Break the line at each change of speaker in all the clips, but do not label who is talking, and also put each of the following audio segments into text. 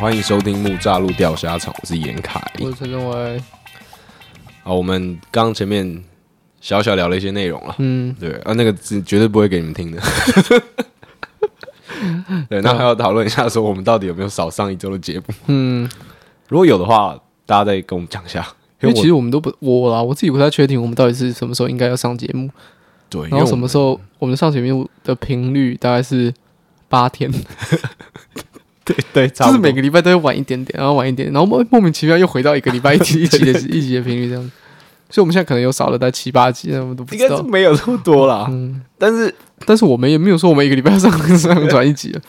欢迎收听《木栅路钓虾场》，我是严凯。
我是陈正伟。
好，我们刚前面小小聊了一些内容了，
嗯，
对啊，那个是绝对不会给你们听的。 对，
啊
那还要讨论一下，说我们到底有没有少上一周的节目？
嗯，
如果有的话，大家再跟我们讲一下。
因为其
我
实我们都不我啦，我自己不太确定我们到底是什么时候应该要上节目，
对，因为
然后
我
什
们
么时候我们上节目的频率大概是八天，
对对，差
就
不
是
多
每个礼拜都会晚一点点，然后晚一点，然后莫莫名其妙又回到一个礼 拜一集一集的一集的频率这样子，所以我们现在可能有少了大概七八集，那我们都不
应
知
该是
道。
没有这么多啦。
嗯，
但是
但是我们也没有说我们一个礼拜要上 上传一集了。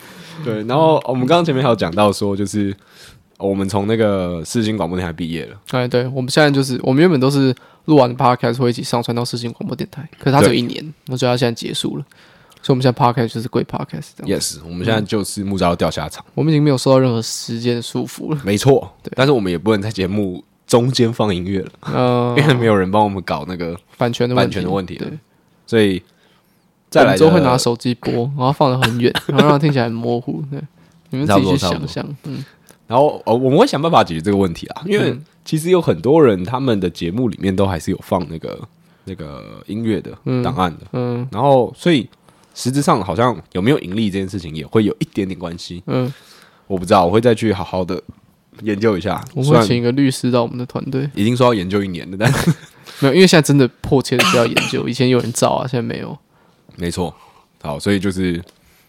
对，然后我们刚刚前面还有讲到说，就是呃我们从那个世新广播电台毕业了，
哎，对，我们现在就是我们原本都是录完 podcast 会一起上传到视听广播电台，可是它只有一年，我觉得它现在结束了，所以我们现在 podcast 就是归 podcast 这样。
，yes，我们现在就是木栅钓虾场，
我们已经没有受到任何时间的束缚 了。
没错。但是我们也不能在节目中间放音乐了，
呃，
因为没有人帮我们搞那个，
版权的问题
哦版权的问题
对，
所以再来
之后会
的
拿手机播，然后放得 很远，然后让它听起来很模糊。对，你们自己去
差不
想
多
象。嗯，
然后呃，我们会想办法解决这个问题啊，因为
嗯
其实有很多人他们的节目里面都还是有放那个那个音乐的
嗯
档案的，
嗯
然后所以实质上好像有没有盈利这件事情也会有一点点关系，
嗯，
我不知道，我会再去好好的研究一下。
我
虽
会
然
请一个律师到我们的团队。
已经说要研究一年了，但
没有，因为现在真的迫切的需要研究，以前有人造啊，现在没有。
没错，好，所以就是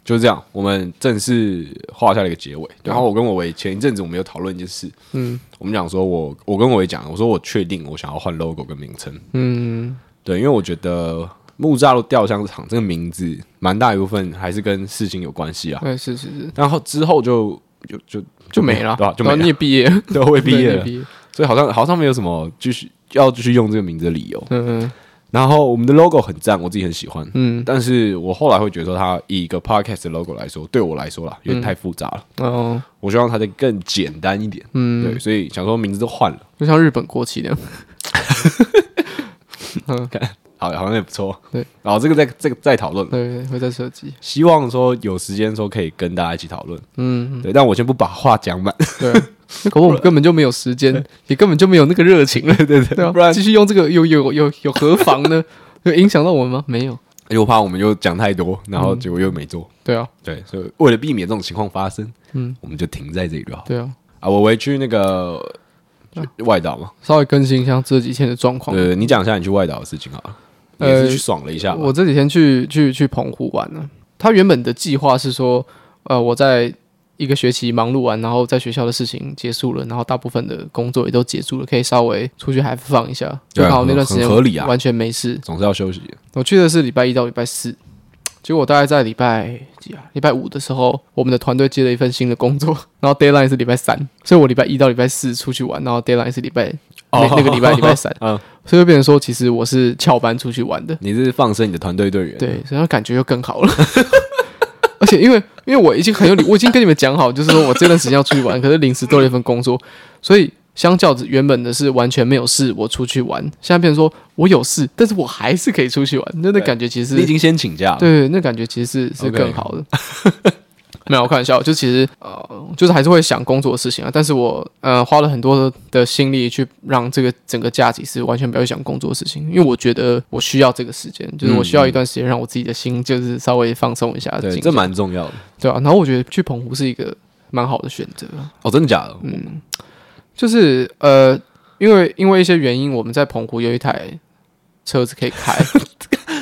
就是这样，我们正式画下了一个结尾。然后我跟我伟前一阵子我们有讨论一件事，
嗯
我们讲说我我跟我伟讲，我说我确定我想要换 logo 跟名称，
嗯，
对，因为我觉得木栅路吊香厂这个名字蛮大一部分还是跟事情有关系啊。
哎，是是是，
然后之后就就就
就没了
对啊吧，就
然
没
后你
了，
也毕业了，
对，我也毕业
对你也
了，
毕业。
所以好像好像没有什么继续要继续用这个名字的理由。
嗯嗯
然后我们的 logo 很赞，我自己很喜欢。
嗯，
但是我后来会觉得说，它以一个 podcast 的 logo 来说，对我来说啦，有点太复杂了。
然后
我希望它再更简单一点。
嗯，
对，所以想说名字都换了，
就像日本国旗那样。
好，好像也不错。
对，
然后这个再这个再讨论了，
对对，会在设计。
希望说有时间说可以跟大家一起讨论。
嗯，
对，但我先不把话讲满，
对啊，那可不我们根本就没有时 间，也根本就没有那个热情了，对对对啊，
不然
继续用这个有有有有何妨 呢？有影响到我们吗？没有，
因为我怕我们又讲太多，然后结果又没做。
对啊，
对，所以为了避免这种情况发生，
嗯，
我们就停在这里就好。
对啊，
啊，我回去那个去外岛嘛，
稍微更新一下这几天的状况。
对，啊你讲一下你去外岛的事情好了。你
呃
也是去爽了一下吧，
我这几天去去去澎湖玩了。他原本的计划是说，呃，我在一个学期忙碌完，然后在学校的事情结束了，然后大部分的工作也都结束了，可以稍微出去海放一下。就
对啊
刚好那
很
段时间
很合理啊
完全没事。
总是要休息的。
我去的是礼拜一到礼拜四，结果大概在礼拜几啊？礼拜五的时候，我们的团队接了一份新的工作，然后 deadline 是礼拜三，所以我礼拜一到礼拜四出去玩，然后 deadline 是礼拜、那
哦
那个礼拜礼拜三，
嗯
所以就变成说，其实我是翘班出去玩的，
你是放生你的团队队员，
对，所以感觉又更好了。 而且因为因为我已经很有理，我已经跟你们讲好，就是说我这段时间要出去玩，可是临时多了一份工作，所以相较之原本的是完全没有事，我出去玩，现在变成说我有事，但是我还是可以出去玩，那那
对
感觉其实
你已经先请假了，
对，那感觉其实是是
OK
更好的。 没有我开玩笑，就其实呃，就是还是会想工作的事情啊，但是我呃花了很多的心力去让这个整个假期是完全不要去想工作的事情，因为我觉得我需要这个时间，就是我需要一段时间让我自己的心就是稍微放松一下，
对，
静
这
下
蛮重要的。
对啊。然后我觉得去澎湖是一个蛮好的选择啊，
哦，真的假的？嗯，
就是呃，因为因为一些原因，我们在澎湖有一台车子可以开，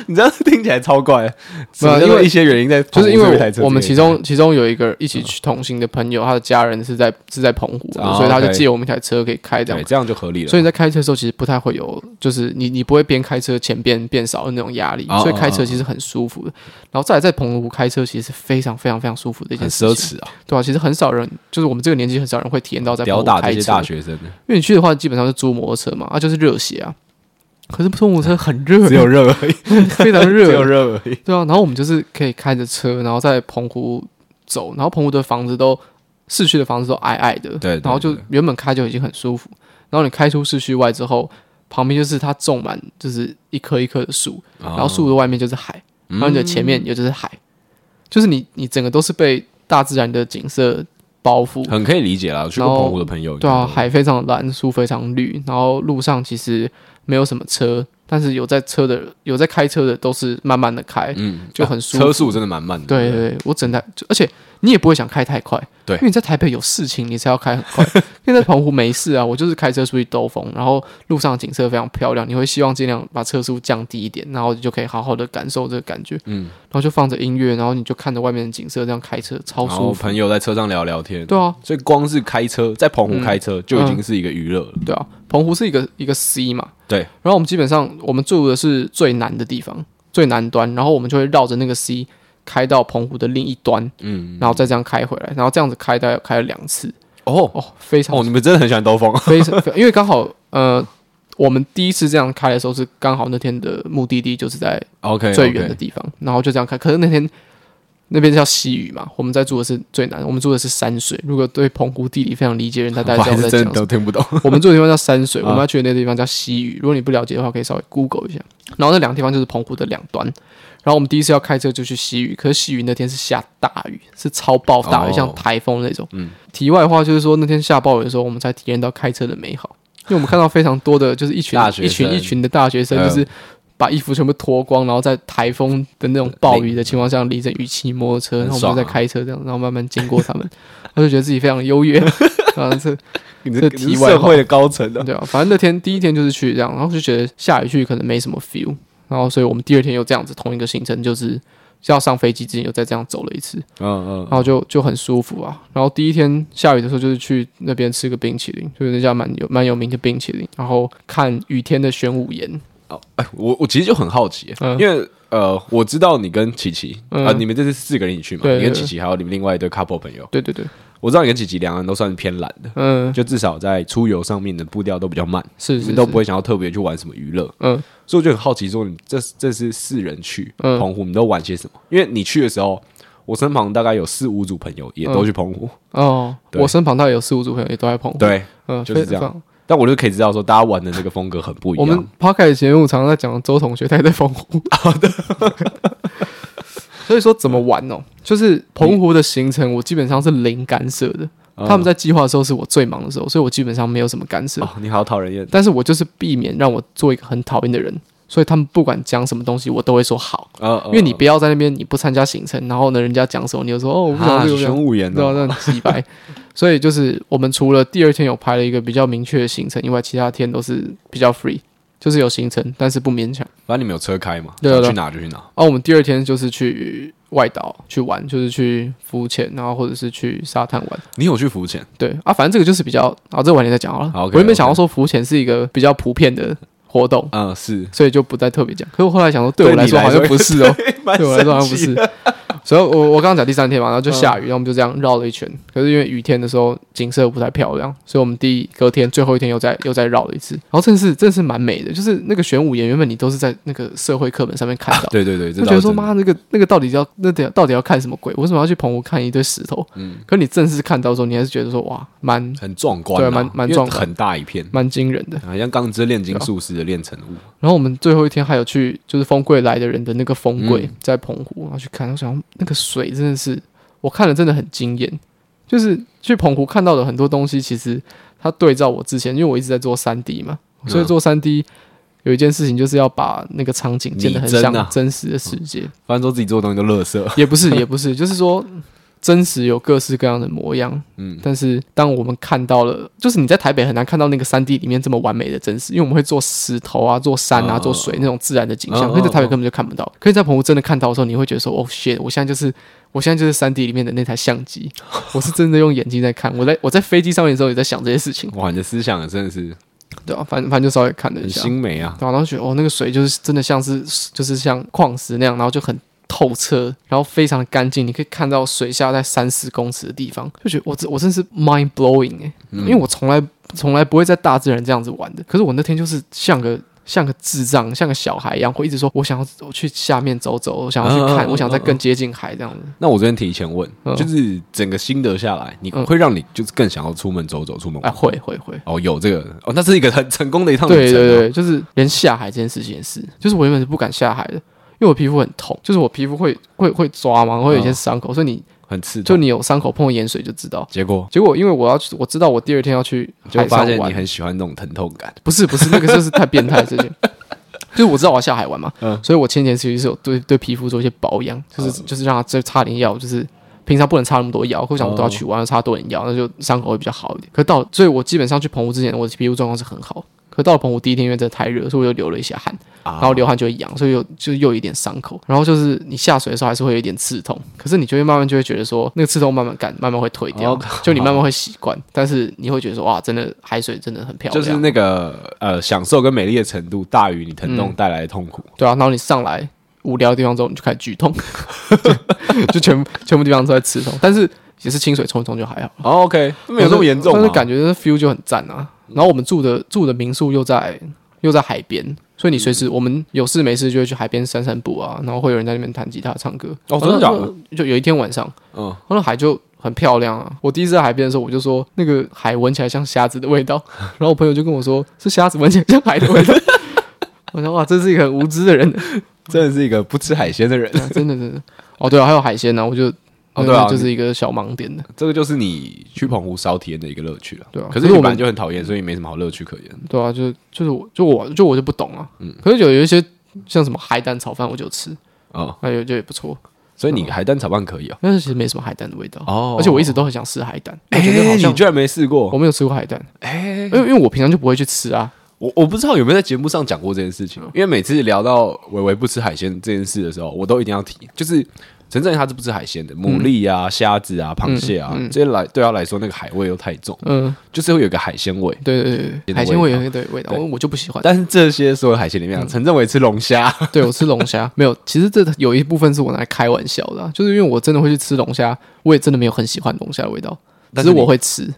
你这样听起来超怪，
没有
什么叫做
因为
一些原因在，
就是因
同时有一
为
台车
我我们
子可以
其中其中有一个一起去同行的朋友，他的家人是在是在澎湖的
哦，
所以他就
OK
借我们一台车可以开这
对
样。
这样就合理了。
所以你在开车的时候，其实不太会有，就是你你不会边开车钱变变少的那种压力，
哦
所以开车其实很舒服的。然后再来在澎湖开车，其实是非常非常非常舒服的一
很
件
奢
事情，
侈啊，
对啊，其实很少人，就是我们这个年纪很少人会体验到在澎
吊
湖
打
开
这些
车，
大学生，
因为你去的话基本上是租摩托车嘛，啊就是热血啊。可是澎湖车很热，
只有热 而已，
非常热，
只有热而已。
对啊，然后我们就是可以开着车，然后在澎湖走，然后澎湖的房子都市区的房子都矮矮的，
对对
然后就
对
原本开就已经很舒服，然后你开出市区外之后，旁边就是它种满就是一棵一棵的树，
然
然后
哦
树的外面就是海，
嗯
然后你的前面也就是海，就是你你整个都是被大自然的景色包袱，
嗯很可以理解啦。去过澎湖的朋友，
对
应
啊，
该都
海非常蓝，树非常绿，然后路上其实没有什么车，但是有在车的有在开车的都是慢慢的开，
嗯
就很舒服
车速真的蛮慢的。
对
不
对，对我整台，就而且你也不会想开太快，
对
因为你在台北有事情，你才要开很快。 因为在澎湖没事啊，我就是开车出去兜风，然后路上的景色非常漂亮，你会希望尽量把车速降低一点，然后你就可以好好的感受这个感觉。
嗯，
然后就放着音乐，然后你就看着外面的景色，这样开车超
然后
舒服。
朋友在车上聊聊天，
对啊，
所以光是开车在澎湖开
嗯
车就已经是一个娱乐了。
对啊，澎湖是一个一个 C 嘛，
对，
然后我们基本上我们住的是最南的地方，最南端，然后我们就会绕着那个 C 开到澎湖的另一端，
嗯，
然后再这样开回来，然后这样子开大概开了两次，
哦
哦，非常
哦，你们真的很喜欢兜风，
非常，因为刚好呃，我们第一次这样开的时候是刚好那天的目的地就是在
OK，
最远的地方，然后就这样开。可是那天那边叫西屿嘛，我们在住的是最南，我们住的是山水。如果对澎湖地理非常理解的人，他大概
我
知
还
道我
是
在
真
讲什
的都
么。
听不懂。
我们住的地方叫山水，
啊
我们要去的那个地方叫西屿。如果你不了解的话，可以稍微 Google 一下。然后那两个地方就是澎湖的两端。然后我们第一次要开车就去西屿，可是西屿那天是下大雨，是超暴大雨，
哦
像台风那种。
嗯
题外话就是说，那天下暴雨的时候，我们才体验到开车的美好，因为我们看到非常多的，就是一群
大学
一群
生
一群的大学生，
嗯
就是把衣服全部脱光，然后在台风的那种暴雨的情况下，离着雨骑摩托车，然后我
呃爽啊
们就在开车这样，然后慢慢经过他们，我就觉得自己非常的优越 啊，这
你
这题外话
社会的高层 啊，
对啊，反正那天第一天就是去这样，然后就觉得下雨去可能没什么 feel，然后所以我们第二天又这样子同一个行程，就是要上飞机之前又再这样走了一次，
嗯
然后就就很舒服啊。然后第一天下雨的时候，就是去那边吃个冰淇淋，就是那家蛮有蛮有名的冰淇淋，然后看雨天的玄武岩，
嗯，我我其实就很好奇，
嗯
因为呃，我知道你跟琪琪
嗯
啊，你们这次四个人一起去嘛，
对
你跟
对
琪琪还有你们另外一对 couple 朋友，
对对对，
我知道你跟琪琪两个人都算是偏懒的，
嗯，
就至少在出游上面的步调都比较慢，
是
你
是
们都不
是，
会想要特别去玩什么娱乐，
嗯
所以我就很好奇说，你这这是四人去
嗯
澎湖，你都玩些什么？因为你去的时候，我身旁大概有四五组朋友也
嗯
都去澎湖，
哦，
对
我身旁大概有四五组朋友也都在澎湖，，
对，
嗯，
就是这样
非常。
但我就可以知道说，大家玩的那个风格很不一
我们
样。
podcast 节目常常在讲周同学，他也在澎湖。好的。 所以说怎么玩哦，就是澎湖的行程，我基本上是零干涉的。
嗯
他们在计划的时候是我最忙的时候，所以我基本上没有什么干涉。
哦，你好讨人厌，
但是我就是避免让我做一个很讨厌的人，所以他们不管讲什么东西，我都会说好。
呃，
因为你不要在那边你不参加行程，然后呢人家讲什么，你就说哦我不想
啊，
这个，
玄武岩
你知道
哦，
那很鸡掰。 所以就是我们除了第二天有排了一个比较明确的行程以外，其他天都是比较 free，就是有行程，但是不勉强。
反正你们有车开嘛，
对啊
想
对啊
去哪就去哪。
啊，我们第二天就是去外岛去玩，就是去浮潜，然后或者是去沙滩玩。
你有去浮潜？
对啊，反正这个就是比较啊，这晚点再讲好了。
好，OK，
我原本想要说浮潜是一个比较普遍的活动，
嗯，是，
所以就不再特别讲。可是我后来想说，对我
对
来
你
说
来
好像
说
不是 哦，
蛮
对我来说好像
神
不
奇
是
的。
所以我，我刚刚讲第三天嘛，然后就下雨，然后我们就这样绕了一圈。可是因为雨天的时候景色不太漂亮，所以我们第隔天最后一天又再又再绕了一次。然后真的是真的是蛮美的，就是那个玄武岩，原本你都是在那个社会课本上面看 到，
对对对，这
就
倒
觉得
是
说
真的
妈那个那个到底要那得到底要看什么鬼？为什么要去澎湖看一堆石头？嗯，可你正式看到的时候，你还是觉得说哇，蛮
很壮观啊，
对蛮蛮
因为
壮观
很大一片，
蛮惊人的。
好像钢之炼金术师的炼成物。
然后我们最后一天还有去，就是风柜来的人的那个风柜
嗯
在澎湖，然后去看，我想那个水真的是，我看了真的很惊艳。就是去澎湖看到的很多东西，其实它对照我之前，因为我一直在做三 D 嘛，
嗯
所以做三 D 有一件事情就是要把那个场景建得很
拟真啊
像真实的世界，
反正说自己做的东西都垃圾，
也不是也不是，就是说真实有各式各样的模样。
嗯，
但是当我们看到了，就是你在台北很难看到那个山地里面这么完美的真实，因为我们会做石头啊、做山啊、
哦
做水那种自然的景象，
哦
那在台北根本就看不到。可是，在澎湖真的看到的时候，你会觉得说：“哦，shit！我现在就是我现在就是山地里面的那台相机，我是真的用眼睛在看。我在我在飞机上面的时候也在想这些事情，
哇，你的思想真的是
对啊，反正反正就稍微看了一
很
下，
新美啊。
对啊然后觉得哦，那个水就是真的像是就是像矿石那样，然后就很透彻，然后非常的干净，你可以看到水下在三四公尺的地方，就觉得我这我真是 mind blowing 哎、
嗯
因为我从来从来不会在大自然这样子玩的，可是我那天就是像个。像个智障，像个小孩一样，会一直说：“我想要我去下面走走，我想要去
嗯
看，
嗯嗯
我想再
嗯
更接近海这样子。
那我这边提前问，
嗯
就是整个心得下来，你
嗯
会让你就是更想要出门走走、出门
哎，
玩？
会会会，
哦，有这个哦，那是一个很成功的一趟旅程、
对
啊。
对对，就是连下海这件事情也是，就是我
嗯
原本是不敢下海的，因为我皮肤很痛，就是我皮肤会会会抓嘛，会有一些伤口，所以你
很刺
就
痛。
你有伤口碰到盐水就知道。
结果
结果因为我要去，我知道我第二天要去
就
海
发
上
现你
玩，
很喜欢那种疼痛感，
不是不是，那个就是太变态的事 情。就是我知道我要下海玩嘛，
嗯哦
所以我前几天其实是有对对皮肤做一些保养，就是、就是让它再擦点药，就是平常不能擦那么多药，可我想我都要去玩，擦多点药，那就伤口会比较好一点。可到所以，我基本上去澎湖之前，我的皮肤状况是很好。可到了澎湖第一天，因为真的太热，所以我就流了一下汗，
啊
然后流汗就会痒，所以又就又有一点伤口。然后就是你下水的时候还是会有一点刺痛，可是你就会慢慢就会觉得说那个刺痛慢慢感慢慢会退掉，
哦
就你慢慢会习惯。但是你会觉得说哇，真的海水真的很漂亮，
就是那个呃，享受跟美丽的程度大于你疼
嗯
痛带来的痛苦。
对啊，然后你上来无聊的地方之后，你就开始 剧痛，就就全部全部地方都在刺痛，但是也是清水冲一冲就还好，
哦，OK，没有那么严重
但是
啊。
感觉那 feel 就很赞啊。然后我们住的住的民宿又在又在海边，所以你随时、
嗯
我们有事没事就会去海边散散步啊，然后会有人在那边弹吉他唱歌。
哦真的假的
然后那？就有一天晚上，
嗯
嗯，那海就。很漂亮啊！我第一次在海边的时候，我就说那个海闻起来像虾子的味道，然后我朋友就跟我说是虾子闻起来像海的味道。 我想哇，真是一个很无知的人。
真的是一个不吃海鲜的人，
啊真的真的。哦，对啊，还有海鲜呢、我就
哦
那
对啊
个就是一个小盲点的，
这个就是你去澎湖烧体验的一个乐趣了。
对啊
可是
可是
你
我
本来
们
就很讨厌，所以没什么好乐趣可言。
对啊，就就是我就我就我就不懂啊，嗯，可是有有一些像什么海胆炒饭我就吃，
哦，
那有就也不错，
所以你
嗯
海胆炒饭可以哦。
但是其实没什么海胆的味道
哦
而且我一直都很想吃海胆，我
哎
觉得好，
你
像
居然没试过
我？没有吃过海胆，
哎，
因为因为我平常就不会去吃啊，
我我不知道有没有在节目上讲过这件事情，因为每次聊到维维不吃海鲜这件事的时候，我都一定要提，就是陈正他是不吃海鲜的，牡蛎啊、虾子啊、螃蟹啊，这些来对他来说那个海味又太重，
嗯，
就是会有一个海鲜味。
对对对对，海鲜味有一个对味道，我我就不喜欢，
但是这些所有海鲜里面啊，陈正伟吃龙虾，
对我吃龙虾没有，其实这有一部分是我拿来开玩笑的啊、就是因为我真的会去吃龙虾，我也真的没有很喜欢龙虾的味道，
但
只
是
是
你
我会吃。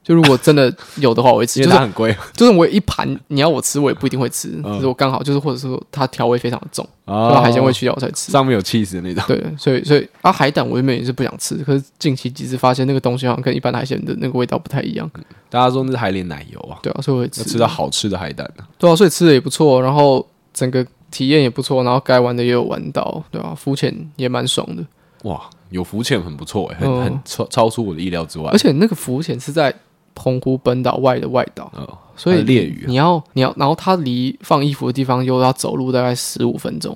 就如果真的有的话，我会吃。
因
就
为
是
它很 贵
就是我一盘你要我吃，我也不一定会吃，
嗯
只是我刚好就是或者说它调味非常的重，所
啊
以海鲜味去掉我才吃。
上面有气死那种。
对，所以所以啊，海胆我原本也是不想吃，可是近期几次发现那个东西好像跟一般的海鲜的那个味道不太一样，
大家说那是海莲奶油啊，
对啊，所以我会吃
要。吃到好吃的海胆啊。
对啊，所以吃的也不错，然后整个体验也不错，然后该玩的也有玩到，对啊，浮潜也蛮爽的，
哇，有浮潜很不错哎、很、
嗯
很超超出我的意料之外
而。且那个浮潜是在澎湖本岛外的外岛，
哦，
所以
还有猎鱼啊
你要你要，然后它离放衣服的地方又要走路大概十五分钟，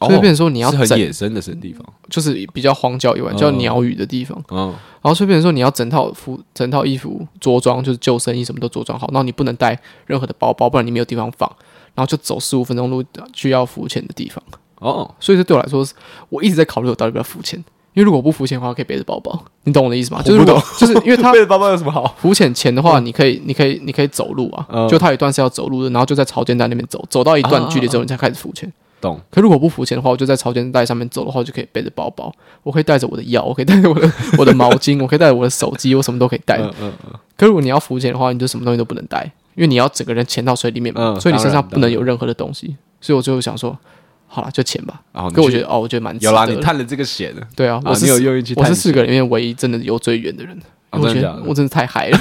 哦
所以变成说你要
是很
整
野生的是地方，
就是比较荒郊以外，
嗯
叫鸟语的地方。
嗯，
然后所以变成说，你要整套服、整套衣服着装，就是救生衣什么都着装好，然后你不能带任何的包包，不然你没有地方放。然后就走十五分钟路去要浮潜的地方。
哦，
所以这对我来说是，我一直在考虑我到底要不要浮潜，因为如果我不浮潜的话，我可以背着包包，你懂我的意思吗？
我
就是
不
如果就是因为它
背着包包有什么好？
浮潜前的话，你可以，你可以，你可以走路啊
嗯，
就它有一段是要走路的，然后就在潮间带那边走，走到一段距离
嗯
之后，你才开始浮潜。
懂
可如果不浮潜的话，我就在潮间带上面走的话，我就可以背着包包，我可以带着我的药，我可以带着我的 我的毛巾，我可以带着我的手机，我什么都可以带。
嗯嗯嗯，
可如果你要浮潜的话，你就什么东西都不能带，因为你要整个人潜到水里面嘛，
嗯
所以你身
当
上
然
不能有任何的东西。所以我最后想说，好了，就潜吧。
然后
可我觉
得
得哦，我觉得蛮值
有啦，你
得的。
探了这个险，
对啊，
啊
我是
你有愿意去
我
探
是
险
四个里面唯一真的游最远的人，
啊
我
真的
觉
假
得
的
我真的太嗨了。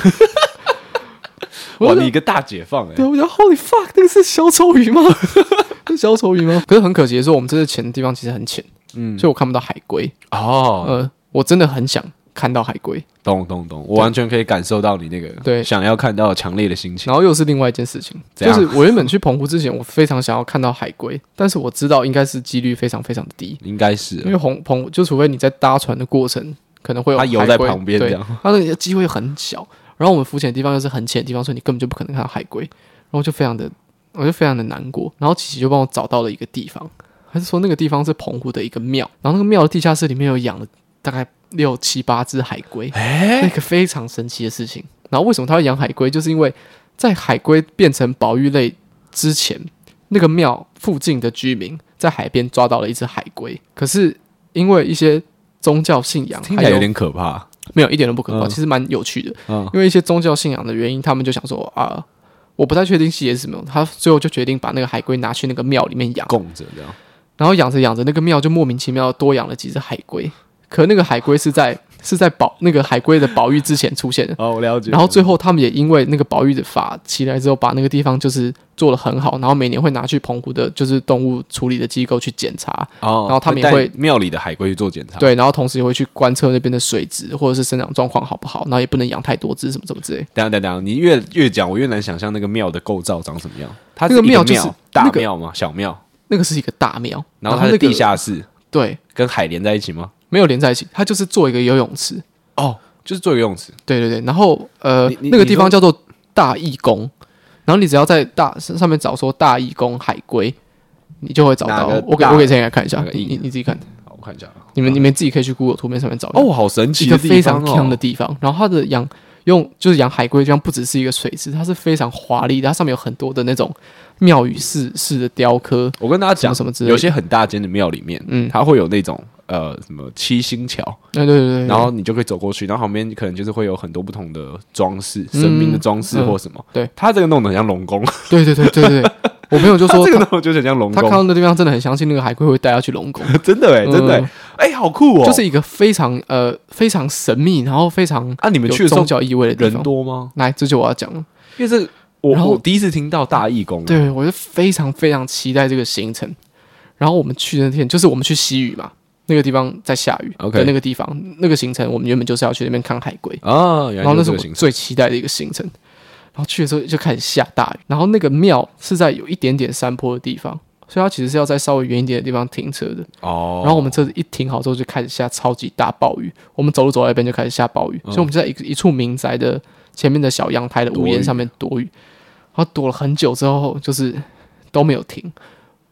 我
哇，
就
你一个大解放哎
对，，啊我觉得 Holy fuck，那个是小丑鱼吗？ 是小丑鱼吗？可是很可惜的是，我们这次潜的地方其实很浅，
嗯，
所以我看不到海龟。
哦，
呃，我真的很想看到海龟，
懂懂懂，我完全可以感受到你那个
对
想要看到强烈的心情，
然后又是另外一件事情，
怎
就
样
是我原本去澎湖之前，我非常想要看到海龟，但是我知道应该是几率非常非常的低，
应该是啊
因为红澎湖就除非你在搭船的过程可能会有
它
海龟
游在旁边这
对，
样，
它那个机会很小。然后我们浮潜的地方又是很浅的地方，所以你根本就不可能看到海龟，然后就非常的，我就非常的难过。然后琪琪就帮我找到了一个地方，还是说那个地方是澎湖的一个庙，然后那个庙的地下室里面有养了大概六七八只海龟，那
哎，
个非常神奇的事情。然后为什么他会养海龟，就是因为在海龟变成保育类之前，那个庙附近的居民在海边抓到了一只海龟，可是因为一些宗教信仰，
听起
还
来有
有
点可怕，
没有一点都不可怕，
嗯
其实蛮有趣的。
嗯
因为一些宗教信仰的原因，他们就想说啊。我不太确定细节是什么，他最后就决定把那个海龟拿去那个庙里面养，
供着这 样，
然后养着养着，那个庙就莫名其妙地多养了几只海龟。可那个海龟是在是在保那个海龟的保育之前出现的。
哦，我了解。
然后最后他们也因为那个保育的法起来之后，把那个地方就是做得很好，然后每年会拿去澎湖的，就是动物处理的机构去检查，
哦，
然后他们也会
带庙里的海龟去做检查。，
对，然后同时也会去观测那边的水质或者是生长状况好不好，然后也不能养太多只什么什么之类。
等一下等一下等一下，你越越讲，我越难想象那个庙的构造长什么样。它
那个
是一
庙
庙
就是
大
那个
庙吗？小庙，
那个是一个大庙，
然后它
它
的
那个
地下室
对
跟海连在一起吗？
没有连在一起，它就是做一个游泳池。
哦，就是做游泳池。
对对对，然后呃
你，你
那个
你
地
说
方叫做大义宫，然后你只要在大上面找说大义宫海龟，你就会找
哪
到
个。
我给
大
我给陈也看一下
哪，个
你
义
你你自己看，
好，我看一下啊。
你们你们自己可以去 Google 图片上面找一下。
哦，好神
一
奇的
个非
地
常
方
强的
哦！
地方。然后它的养用就是养海龟，这样不只是一个水池，它是非常华丽的，它上面有很多的那种庙宇式式的雕刻。
我跟大家
什么
讲
什么之类的
有些很大间的庙里面，
嗯
嗯，它会有那种呃什么七星桥，
哎对对对对，
然后你就可以走过去，然后旁边可能就是会有很多不同的装饰，神明的装饰
嗯
或什么。
对，
它这个弄得很像龙宫，
对对对对对，对我朋友 就
它
说
这个
他
弄得就很像龙
他看
宫，
到那地方真的很相信那个海龟会带他去龙宫，
真的 哎，真的
嗯
欸，哎，好酷哦！
就是一个非常呃非常神秘，然后非常
啊，你们
有
去的时候
宗教意味的地
人
方。
多吗？
来，这就我要讲了。
因为这我
然后
我第一次听到大义工，，
对，我就非常非常期待这个行程。然后我们去的那天，就是我们去西屿嘛，那个地方在下雨
OK
的那个地方，那个行程我们原本就是要去那边看海龟，
啊，原
然后
来就是
那
是
我
这个
最期待的一个行程。然后去的时候就开始下大雨，然后那个庙是在有一点点山坡的地方，所以它其实是要在稍微远一点的地方停车的。
哦，
然后我们车子一停好之后，就开始下超级大暴雨。我们走路走到一边就开始下暴雨，
嗯
所以我们就在一一处民宅的前面的小阳台的屋檐上面躲雨。然后躲了很久之后，就是都没有停。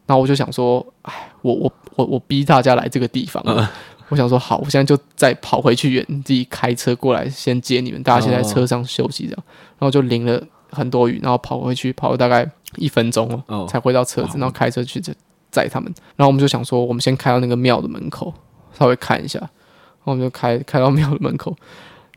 然后我就想说，哎，我我我我逼大家来这个地方
嗯
了。我想说，好，我现在就再跑回去原地开车过来，先接你们，大家先在车上休息这样。然后就淋了很多雨，然后跑回去，跑了大概一分钟哦，
哦
才回到车子，然后开车去载载他们。然后我们就想说，我们先开到那个庙的门口，稍微看一下。然后我们就开开到庙的门口，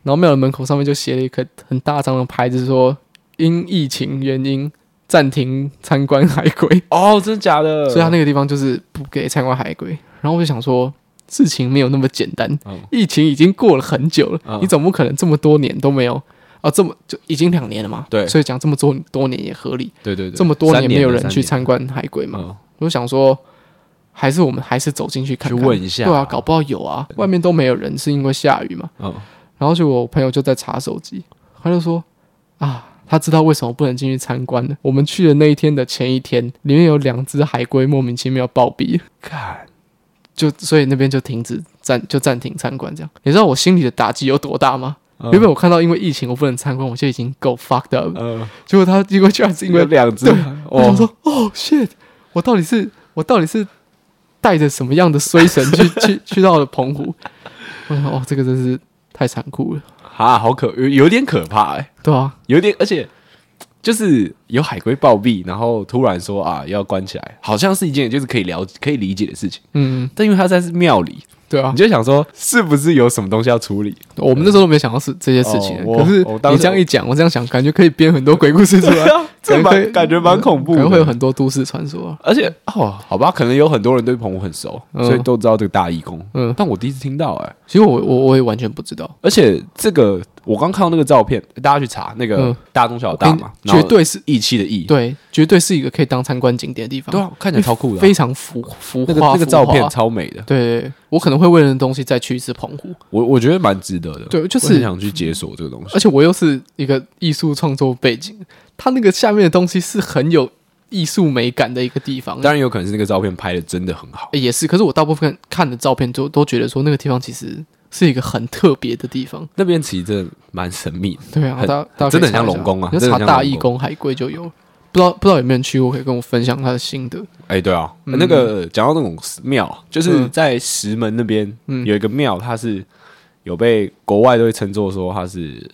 然后庙的门口上面就写了一个很大张的牌子说，因疫情原因暂停参观海 龟。
哦，真的假的？
所以他那个地方就是不给参观海龟。然后我就想说，事情没有那么简单，
嗯
疫情已经过了很久了，
嗯
你总不可能这么多年都没有啊？这么就已经两年了嘛？
对
所以讲这么多多年也合理。
对对对，
这么多
三
年
年
没有
了
人
三
去
年
参观海龟嘛，
嗯
我就想说，还是我们还是走进去看看，
去问一下
对啊，搞不好有啊，外面都没有人，是因为下雨嘛。
嗯，
然后就我朋友就在查手机，他就说啊，他知道为什么不能进去参观了。我们去的那一天的前一天，里面有两只海龟莫名其妙暴毙，
看
就所以那边就停止暂就暂停参观这样。你知道我心里的打击有多大吗？
嗯
原本我看到因为疫情我不能参观，我就已经够 fucked up，了、
呃，
结果他结果居然是因
因
为
为两只
对我想
哦，
说，哦，shit，我到底是我到底是带着什么样的衰神 去去去到了澎湖？我想，哦，这个真是太残酷了，
啊，好可有有点可怕哎，
对啊，
有点，而且就是有海龟暴毙，然后突然说啊要关起来，好像是一件就是可以了可以理解的事情，
嗯，
但因为它在是庙里，
对啊
你，就想说是不是有什么东西要处 理？
我们那时候都没有想到是这些事情，
哦我
可是
我当
你
时
这样一讲，我这样想，感觉可以编很多鬼故事出来，
这
可能可以
蛮啊感觉蛮恐怖
可
的，
能会有很多都市传说啊。
而且哦，好吧，可能有很多人对澎湖很熟，
嗯
所以都知道这个大义工。
嗯
但我第一次听到哎、
其实我我我也完全不知道，
而且这个我刚看到那个照片，大家去查那个
嗯
大中小的大嘛，
跟绝
然后
对是
义气的义，
对，绝对是一个可以当参观景点的地方，
对啊，看起来超酷的啊、
非常浮浮
那个
夸
那个
浮
照片
夸
超美的，
对，对我可能会为了那东西再去一次澎湖。
我我觉得蛮值得的。
对就是
我很想去解锁这个东西
而。且我又是一个艺术创作背景，它那个下面的东西是很有艺术美感的一个地方。
当然有可能是那个照片拍的真的很好，
诶也是，可是我大部分看的照片都都觉得说那个地方其实是一个很特别的地方。
那边其实真的蛮神秘的。
对啊，
很
大大家
真的很
可以查
像
一下
龙宫啊
你就
真的
查
很像
大
龙
义
宫
宫海龟就有。不知道不知道有没有人去过，可以跟我分享他的心得。
哎、对啊，那个讲到那种庙，就是
嗯
在石门那边、有一个庙，它是有被国外都会称作说它是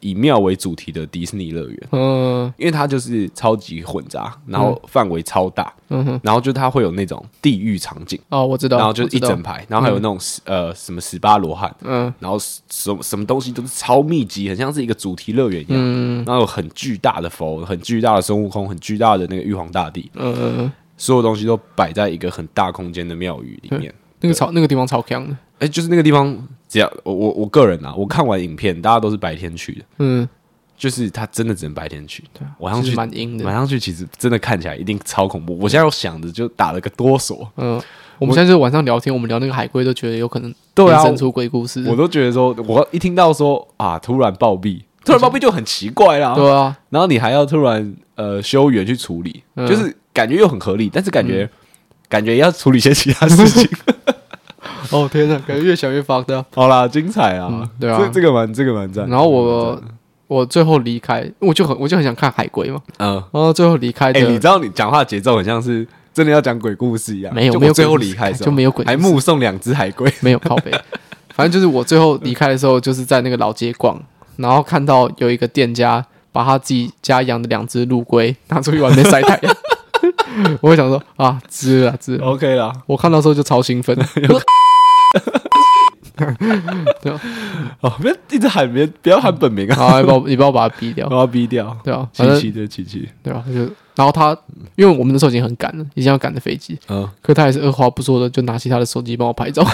以庙为主题的迪士尼乐园，
嗯
因为它就是超级混杂，然后范围超大，
嗯哼，
然后就它会有那种地狱场景，
哦，我知道，
然后就是一
我知道
整排，然后还有那种十、呃什么十八罗汉，
嗯
然后什么什么东西都是超密集，很像是一个主题乐园一样，
嗯
然后有很巨大的佛，很巨大的孙悟空，很巨大的那个玉皇大帝，
嗯嗯，嗯
所有东西都摆在一个很大空间的庙宇里面。
嗯那个超那个地方超强的，
哎、就是那个地方，只要我我我个人啊，我看完影片，大家都是白天去的，
嗯，
就是他真的只能白天去。对，晚上
啊其
去
实蛮阴
晚
的。
上去其实真的看起来一定超恐怖。我现在有想着就打了个哆嗦，
嗯，我们现在就是晚上聊天，我们聊那个海龟都觉得有可能
对啊
衍生出鬼故事。
我都觉得说，我一听到说啊，突然暴 毙，突然暴毙就很奇怪啦。
对啊，
然后你还要突然呃修远去处理，
嗯
就是感觉又很合理，但是感觉、感觉要处理一些其他事 情。
哦天哪，感觉越想越发的。
好啦，精彩啊！
嗯对啊
这这个蛮这个蛮赞。
然后我我最后离开，我就很我就很想看海龟嘛。
嗯，
然后最后离开
哎、你
的
知道你讲话节奏很像是真的要讲鬼故事一样，
没有
就
没有
我最后
鬼故事
离开的时候
就没有鬼故
还
事
目送两只海龟。
没有靠 背，反正就是我最后离开的时候，就是在那个老街逛，然后看到有一个店家把他自己家养的两只陆龟拿出去外面晒太 阳，我会想说啊，知了知了，
OK 啦，
我看到的时候就超 兴奋，
哦，不要一直喊别不要喊本名啊，
好，你帮我你帮我把它逼掉
我，要逼掉。
对啊，
琪
反正
琪对琪琪，
对啊，就然后他，因为我们那时候已经很赶了，已经要赶着飞机，
嗯，
可他还是二话不说的就拿起他的手机帮我 拍照，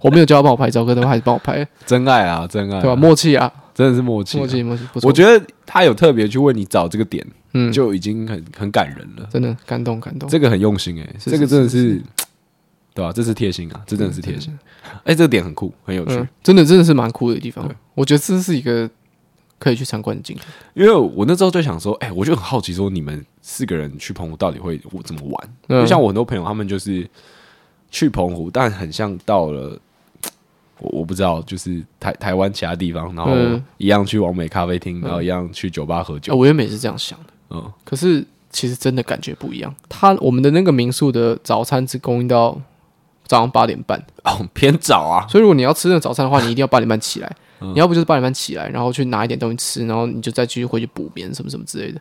我没有叫他帮我拍照，可他还是帮我拍，
真爱啊，真爱、
对吧？默契啊，
真的是默契啊、
默契默契，不错，
我觉得他有特别去为你找这个点，
嗯，
就已经很很感人了。
真的感动感动，
这个很用心哎、
是
这个真的是，对吧、这是贴心啊，这真的是贴心。哎、这个点很酷，很有趣。
嗯，真的真的是蛮酷的地方
对。
我觉得这是一个可以去参观的景点。
因为我那时候就想说，哎、我就很好奇，说你们四个人去澎湖到底会我怎么玩？
嗯
就像我很多朋友，他们就是去澎湖，但很像到了。我我不知道，就是台台湾其他地方，然后
嗯
一样去完美咖啡厅，然后一样去酒吧喝
啊，
酒。
我原本也是这样想的，
嗯，
可是其实真的感觉不一样。它我们的那个民宿的早餐只供应到早上八点半，
哦，偏早啊，
所以如果你要吃那个早餐的话，你一定要八点半起来。你要不就是八点半起来，然后去拿一点东西吃，然后你就再继续回去补眠什么什么之类的。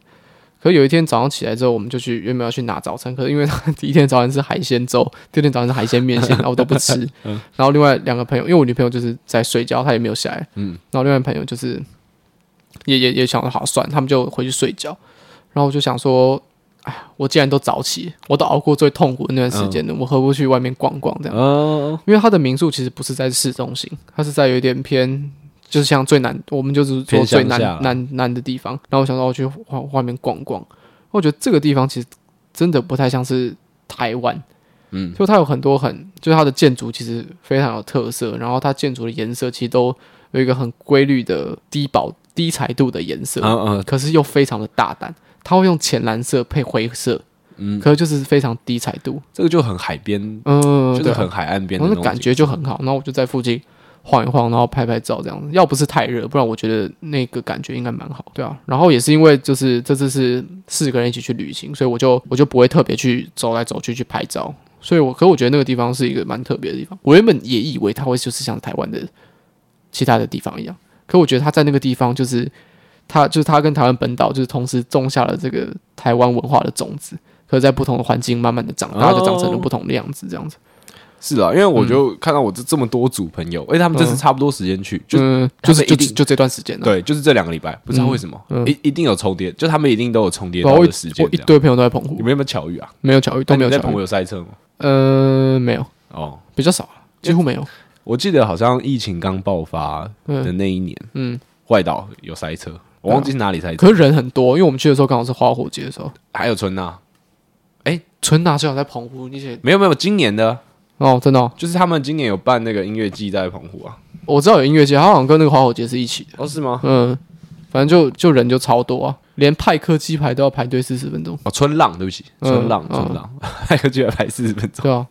可有一天早上起来之后，我们就去原本要去拿早餐，可是因为他第一天早餐是海鲜粥，第二天早餐是海鲜面 线，然后我都不吃。然后另外两个朋友，因为我女朋友就是在睡觉，她也没有下来。嗯。然后另外朋友就是也也也想说好算，他们就回去睡觉。然后我就想说，哎，我既然都早起，我都熬过最痛苦的那段时间了，我何不去外面逛逛这样？
嗯，
因为它的民宿其实不是在市中心，它是在有点偏，就是像最南，我们就是说
偏乡
最
下
南
啦
南南的地方。然后我想到我去外外面逛逛，我觉得这个地方其实真的不太像是台湾，
嗯，
就它有很多很，就是它的建筑其实非常有特色，然后它建筑的颜色其实都有一个很规律的低饱低彩度的颜色，
嗯嗯，
可是又非常的大胆，它会用浅蓝色配灰色，
嗯
可是就是非常低彩度，
这个就很海边
嗯、
就是
对啊
很海岸边的
然后
那
那
种
感觉就很好。然后我就在附近晃一晃，然后拍拍照这样子。要不是太热，不然我觉得那个感觉应该蛮好，对啊。然后也是因为就是这次是四个人一起去旅行，所以我就我就不会特别去走来走去去拍照。所以我，可我觉得那个地方是一个蛮特别的地方。我原本也以为它会就是像台湾的其他的地方一样，可我觉得它在那个地方就是它就是它跟台湾本岛就是同时种下了这个台湾文化的种子，可是在不同的环境慢慢的长大，就长成
哦
了不同的样子，这样子。
是啊，因为我就
嗯
看到我这这么多组朋友，而且他们这次差不多时间去，就
嗯，
他
就
们
是
一
就
定
就这段时间了。
对，就是这两个礼拜，不知道为什么
嗯
一一定有重叠，就他们一定都有重叠
对啊，
到
我
的时
一
间
我一
这样。
堆朋友都在澎湖
你，们有没有巧遇啊？
没有巧遇，都没有
那你在
巧
澎湖
遇。
有赛车吗？
呃，没有，
哦，
比较少啊，几乎没有。
我记得好像疫情刚爆发的那一年，
嗯，
外岛有赛车，我忘记是哪里赛车，
可是人很多，因为我们去的时候刚好是花火节的时候。
还有春娜，
春娜最好在澎湖那些
没有没有，今年的
哦，真的哦，
就是他们今年有办那个音乐季在澎湖啊，
我知道有音乐节，它好像跟那个花火节是一起的。
哦是吗？
嗯，反正就就人就超多啊，连派克鸡排都要排队四十分钟。
哦，春浪，对不起，
嗯
春浪，
嗯
春浪， 还有居然排四十分钟，
对啊，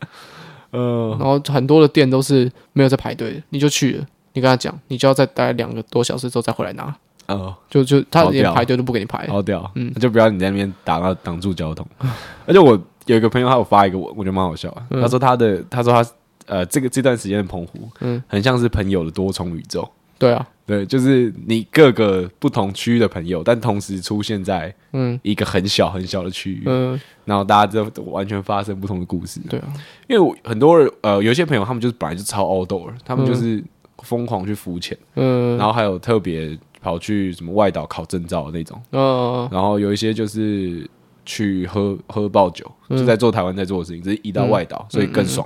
呃，
然后很多的店都是没有在排队的，你就去了，你跟他讲，你就要再待两个多小时之后再回来拿，
哦，
就就他
好
连
屌
排队都不给你排。
好屌，
嗯
就不要你在那边挡到挡住交通。 而且我有一个朋友，他有发一个我，我觉得蛮好笑的。他说他的，他说他呃，这个这段时间的澎湖，
嗯
很像是朋友的多重宇宙。
对啊，
对，就是你各个不同区域的朋友，但同时出现在
嗯
一个很小很小的区域，
嗯，
然后大家就完全发生不同的故事。
对啊，
因为我很多人呃，有一些朋友他们就是本来就超 outdoor，他们就是疯狂去浮潜，
嗯
然后还有特别跑去什么外岛考证照的那种。
嗯
然后有一些就是
嗯
去喝喝爆酒，就在做台湾在做的事情，只是移到外岛，所以更爽。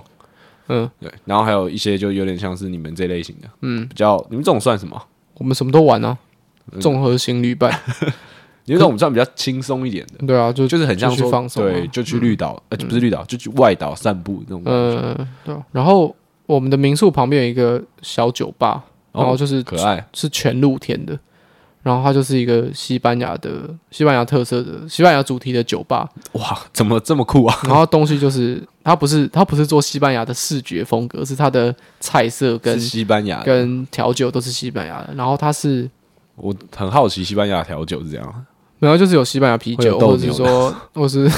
嗯，
对，然后还有一些就有点像是你们这类型的，嗯，比较你们这种算什么？
我们什么都玩啊，
嗯
综合型旅 伴，
你们这种算比较轻松一点的，
对啊，就
就是很像
出去
说
放松啊
对，就去绿岛，呃，不是绿岛，就去外岛散步那种感觉。
呃，对啊。然后我们的民宿旁边有一个小酒吧，然后就是
哦可爱，
是全露天的，然后它就是一个西班牙的西班牙特色的西班牙主题的酒 吧，
哇，怎么这么酷啊？
然后东西就是它不是它不是做西班牙的视觉风格，是它的菜色跟
是西班牙的，
跟调酒都是西班牙的，然后它是
我很好奇西班牙调酒是这样，
没有就是有西班牙啤
会有
酒，
斗
或者是
牛
说或是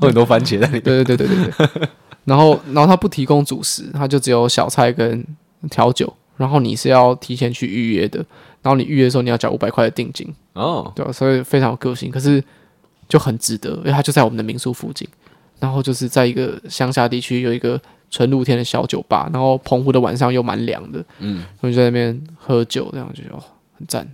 会很多番茄在里面。
对对对对对对。然后，然后他不提供主食，他就只有小菜跟调酒。然后你是要提前去预约的，然后你预约的时候你要缴五百块的定金，
哦，
对吧、啊所以非常有个性，可是就很值得，因为它就在我们的民宿附近。然后就是在一个乡下地区有一个纯露天的小酒吧，然后澎湖的晚上又蛮凉的，嗯，我们就在那边喝酒，这样就哦很赞，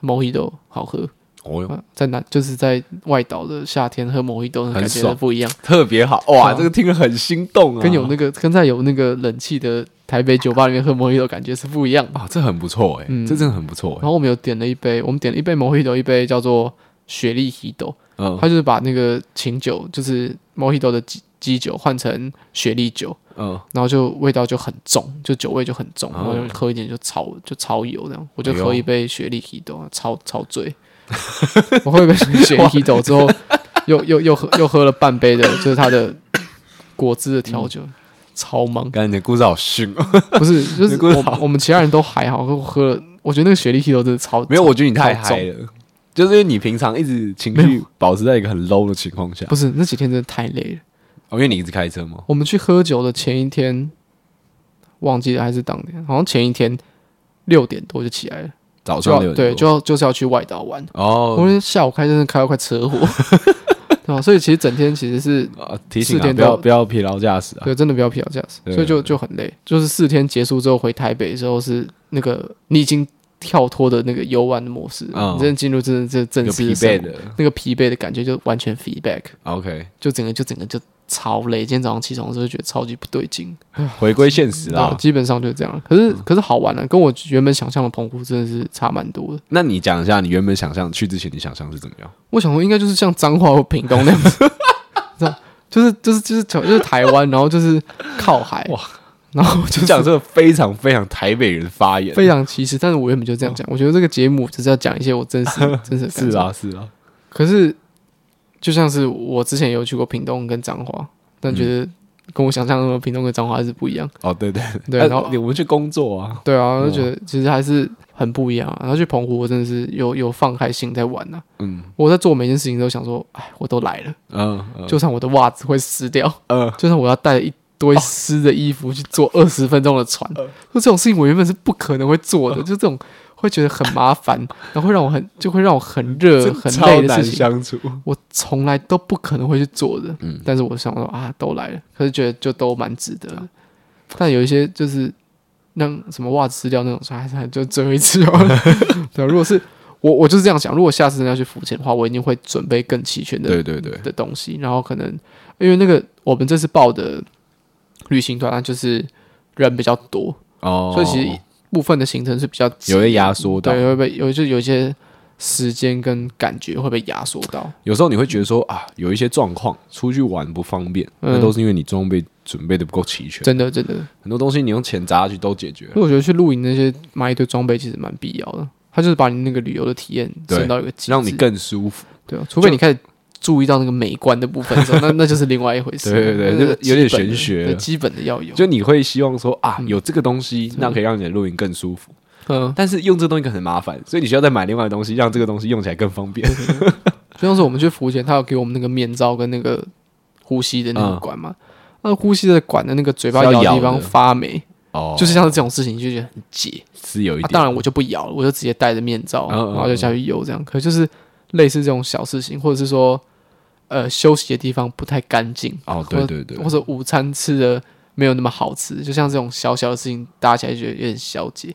摩希豆好喝，
哦哟，
啊在南就是在外岛的夏天喝摩希豆，感觉
爽
不一样。
特别好哇，
啊
这个听了很心动啊，
跟有那个跟在有那个冷气的台北酒吧里面喝摩希豆感觉是不一样的。
啊，这很不错哎，
嗯
这真的很不错哎，
然后我们有点了一杯，我们点了一杯摩希豆，一杯叫做雪莉希豆，
嗯
它就是把那个琴酒，就是摩希豆的基基酒换成雪莉酒，
嗯，
然后就味道就很重，就酒味就很重，
哦
然后就喝一点就超就超油这样，我就
哎呦
喝一杯雪莉希豆，超超 醉。我喝一杯雪莉希豆之后，又又又喝又喝了半杯的，就是它的果汁的调
嗯
酒，超忙。
感觉你的故事好 逊哦，
不是，就
你
是
故意
我我们其他人都还好，我喝了，我觉得那个雪莉 Hito 真的超
没有，我觉得你太
超
嗨了，就是因为你平常一直情绪保持在一个很 low 的情况下，
不是那几天真的太累了。
哦，因为你一直开车嘛，
我们去喝酒的前一天，忘记了还是当天，好像前一天六点多就起来了，
早
就
上
要
六
对
点
就
多
要就是要去外岛玩。我
哦
们下午开真的开到快车祸， 对啊吧？所以其实整天其实是
啊，提醒
四
啊，
点
不要
到
不要疲劳驾驶啊，
对，真的不要疲劳驾驶，
对
所以就就很累。就是四天结束之后回台北之后，是那个你已经跳脱的那个游玩的模式，
嗯
你真的进入真的这正
有
式
疲
的生活
惫的
那个疲惫的感觉就完全 feedback，
，OK，
就整个就整个就超累。今天早上起床的时候就觉得超级不对劲，
回归现实
然后
啦。
基本上就是这样。可是、
嗯
可是好玩啊，跟我原本想象的澎湖真的是差蛮多的。
那你讲一下，你原本想象去之前，你想象是怎么样？
我想说应该就是像彰化或屏东那 样子，知道就是就是就是就是台湾，然后就是靠海，
哇，
然后就
你
是
讲这个非常非常台北人发言，
非常歧视。但是我原本就这样讲，我觉得这个节目只是要讲一些我真实真实的感
哦是
受。
啊是啊，
可是就像是我之前有去过屏东跟彰化，但觉得跟我想象中的屏东跟彰化还是不一样。
哦对对
对
啊
然后
你我们去工作啊，
对啊，
哇
我就觉得其实还是很不一样、啊。然后去澎湖，我真的是有有放开心在玩呐、
嗯
我在做每件事情都想说，哎，我都来了，
嗯嗯
就算我的袜子会湿掉，
嗯
就算我要带一堆湿的衣服去坐二十分钟的船，就这种事情我原本是不可能会做的，就这种会觉得很麻烦，然后会让我很就会让我很 热
这
很
超
累的
难
事情，
相处，
我从来都不可能会去做的。
嗯
但是我想说啊，都来了，可是觉得就都蛮值得的。但有一些就是让什么袜子湿掉那种，还是就最后一次哦。 对啊，如果是我，我就是这样想，如果下次真的要去浮潜的话，我一定会准备更齐全的
对对对，
的东西，然后可能因为那个我们这次报的旅行团，它啊就是人比较多，
哦，
所以其实部分的行程是比较挤
有些压缩到，
对，会被有就有一些时间跟感觉会被压缩到，
有时候你会觉得说啊，有一些状况出去玩不方便，
嗯
那都是因为你装备准备的不够齐全，
真的真的。
很多东西你用钱砸下去都解决了
所以我觉得去露营那些买一堆装备其实蛮必要的，它就是把你那个旅游的体验
对
升到一个极致，
让你更舒服。
对啊，除非你开始。注意到那个美观的部分的时候，那那就是另外一回事。
对对对
那个
就是有点
基本
玄
的
学
对
了
基本的要有。
就你会希望说啊，有这个东西，那可以让你的露营更舒服。
嗯，
但是用这个东西可能很麻烦，所以你需要再买另外的东西，让这个东西用起来更方便。
嗯就像是我们去浮潜，他有给我们那个面罩跟那个呼吸的那个管嘛，那呼吸的管的那个嘴巴
嗯是要
咬的
咬
地方
的
发霉，
哦
就是像是这种事情，就觉得很解。
是有一
啊、
点，
当然我就不咬了，我就直接戴着面罩，
嗯嗯
然后就下去游这样。可就是类似这种小事情，或者是说，呃，休息的地方不太干净，
哦，对对对，
或者午餐吃的没有那么好吃，就像这种小小的事情，搭起来就觉得有点消解。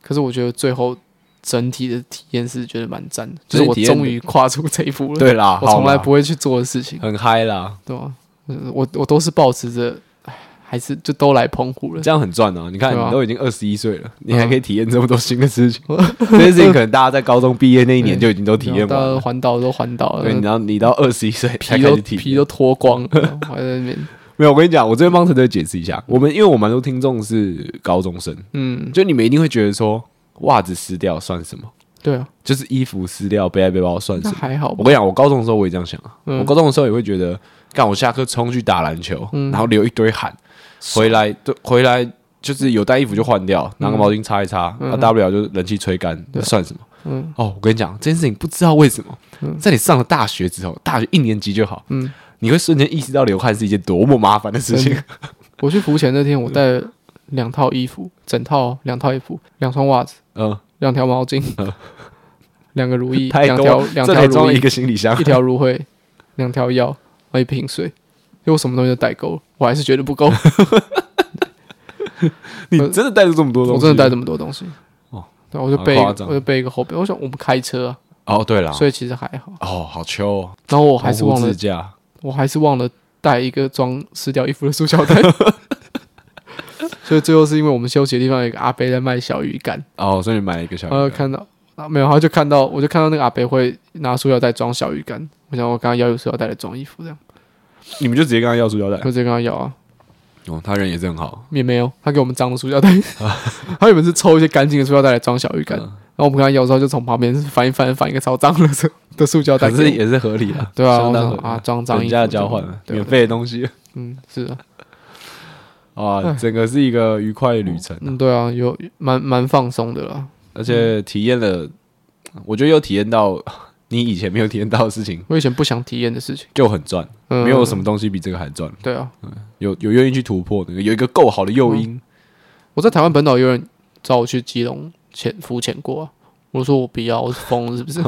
可是我觉得最后整体的体验是觉得蛮赞的，就是
整
我
体体验
终于跨出这一步了。
对啦，嗯
我从来
好啦
不会去做的事情，
很嗨啦，
对吧、嗯我我都是保持着，唉还是就都来澎湖了。
这样很赚啊！你看，
对啊嗯
你都已经二十一岁了，你还可以体验这么多新的事 情。这些事情可能大家在高中毕业那一年就已经都体验完
到
了。
环岛啊都环岛了，
对，然后你到二十一岁才
呃皮
开
都
始体
皮都脱光 了，我还在那边。
没有，我跟你讲，我这边帮陈队解释一下，我们因为我蛮多听众是高中生，
嗯，
就你们一定会觉得说，袜子湿掉算什么？
对啊，
就是衣服湿掉、背在背包算什
那
么？
还好
我
吧。
跟你讲，我高中的时候我也这样想啊，
嗯
我高中的时候也会觉得，干我下课冲去打篮球，
嗯
然后流一堆汗，回来就回来就是有带衣服就换掉，拿个毛巾擦一擦，那、大不了就是冷气吹干，那算什么？
嗯
哦，我跟你讲，这件事情不知道为什么，在你上了大学之后，大学一年级就好，
嗯
你会瞬间意识到流汗是一件多么麻烦的事情。
我去浮潜那天，我带了两套衣服，整套两套衣服，两双袜子，
嗯，
两条毛 巾，两个如意，
太
两条
多，
两
这
条
才装
如
了
意
一，个行李箱
一。条芦荟，两条药，然后一瓶水，因为我什么东西都带够了，我还是觉得不够，
你真的带了这么多东
嗯我
西？
真的带这么多东西。
哦，
对，啊我就
好
背一
夸
个，
张
我就背一个后背。我想我们开车啊，
哦，对了，
所以其实还好。
哦，好秋、哦，
然后我还是忘
澎湖
了
自，驾。
我还是忘了带一个装湿掉衣服的塑胶袋。 所以最后是因为我们休息的地方有一个阿伯在卖小鱼干，
哦，所以你买了一个小
然后
鱼
看到啊没有，他就看到我就看到那个阿伯会拿塑料袋装小鱼干，我想我刚刚要有塑料袋来装衣服这样，
你们就直接跟他要塑胶袋
我。直接跟他要啊，
哦，他人也是很好。
也没有，他给我们脏的塑料袋， 他原本是抽一些干净的塑料袋来装小鱼干，
嗯
然后我们跟他要的时候就从旁边翻一翻翻一个超脏的的塑胶袋
可
给我
是
们，
也是合理哦 啊，
对啊，
相
我
当
想
合理
啊装脏
人
衣
家
服
的交换啊，
对
免，费的东 西
嗯是啊，
啊，整个是一个愉快的旅程，
嗯对啊，有蛮蛮放松的啦，
而且体验了，我觉得又体验到你以前没有体验到的事情，
我以前不想体验的事情，
就很赚，
嗯，
没有什么东西比这个还赚。
对啊，
有有愿意去突破的，有一个够好的诱因，
我在台湾本岛有人找我去基隆潜浮潜过、啊，我说我不要，我是疯了是不是？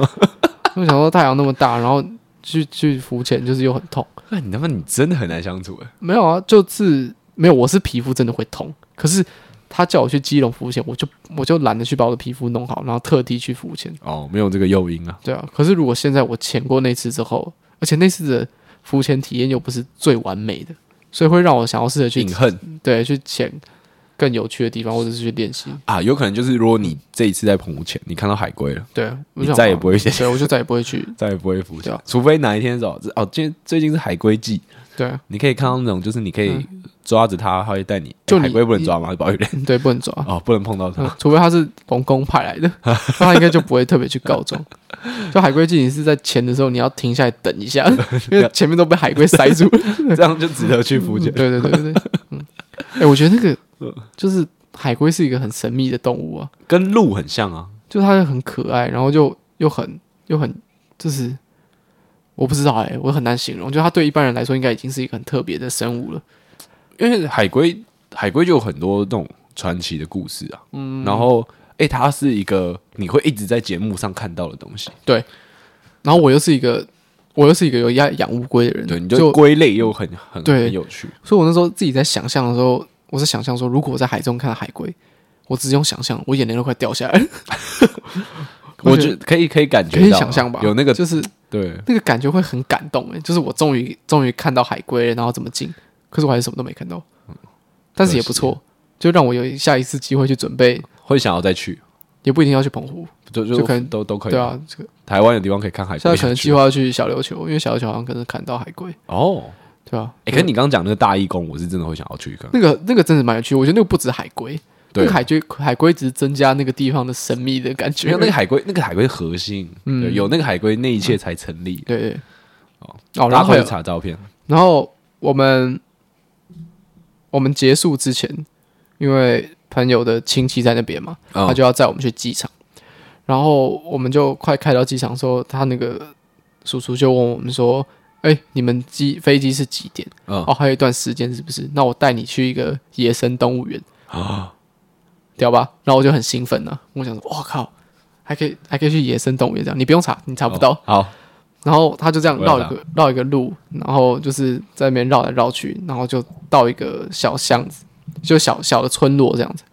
我想说太阳那么大，然后去去浮潜就是又很痛，
那你他妈你真的很难相处哎。
没有啊，就是没有，我是皮肤真的会痛，可是他叫我去基隆浮潜，我就我就懒得去把我的皮肤弄好，然后特地去浮潜，
哦，没有这个诱因啊。
对啊，可是如果现在我潜过那次之后，而且那次的浮潜体验又不是最完美的，所以会让我想要试着去
隐恨
对去潜更有趣的地方，或者是去练习。
啊，有可能就是如果你这一次在澎湖前，你看到海龟了，
对啊，我
你
想
再也
啊
不会去
对，我就再也不会 去。
再也不会浮
对
潜
啊，
除非哪一天是哦，这哦，今天最近是海龟季，
对啊，
你可以看到那种就是你可以抓着它，它会带你，
嗯就
哎
你
海龟不能抓嘛，保育类
嗯对，不能抓。
哦，不能碰到它
嗯， 除非他是龙宫派来的， 不然他应该就不会特别去告状。就海龟季，你是在潜的时候，你要停下来等 一下，因为前面都被海龟塞住。
这样就值得去浮
对
潜。
对对对对，嗯，哎，我觉得那个就是海龟是一个很神秘的动物啊，
跟鹿很像啊，
就它很可爱，然后就又很又很就是我不知道哎、我很难形容。就它对一般人来说，应该已经是一个很特别的生物了。
因为海龟海龟就有很多那种传奇的故事啊，嗯，然后哎，它是一个你会一直在节目上看到的东西，
然后我又是一个我又是一个有养养乌龟的人，
对，你就
嗯就
归类又很很
对
很有趣，
所以我那时候自己在想象的时候，我在想象说，如果我在海中看到海龟，我只用想象，我眼泪都快掉下来了。
我觉得可以可以感觉
可以
到啊
想象吧，
有那个
就是
对。
那个感觉会很感动哎、就是我终于终于看到海龟了，然后怎么进，可是我还是什么都没看到，但是也不错，就让我有下一次机会去准备，
会想要再去，
也不一定要去澎湖，
就就
就可能
都都可以。
对，啊，这个
台湾有地方可以看海龟，
现在可能计
划
划要去小琉球，因为小琉球好像可能看到海龟，
哦。
对啊，
哎、可是你刚刚讲那个大义工，我是真的会想要去看。
那个那个真的蛮有趣，我觉得那个不止海龟，那
对
个，海龟海龟只是增加那个地方的神秘的感
没
觉，
有那个海龟，那个海龟核心，
嗯
对，有那个海龟，那一切才成立。
对对，哦，
大
然
家
后
可
还
以
有
查照片，
然后我们我们结束之前，因为朋友的亲戚在那边嘛，
嗯
他就要载我们去机场，然后我们就快开到机场的时候，他那个叔叔就问我们说：“哎、你们机飞机是几点？
嗯
哦，还有一段时间是不是？那我带你去一个野生动物园
啊
屌吧？”然后我就很兴奋呢、啊我想说：“我靠，还可以还可以去野生动物园这样，你不用查，你查不到。
哦好，
然后他就这样
我要
绕一个绕一个路，然后就是在那边绕来绕去，然后就到一个小巷子，就小小的村落这样子。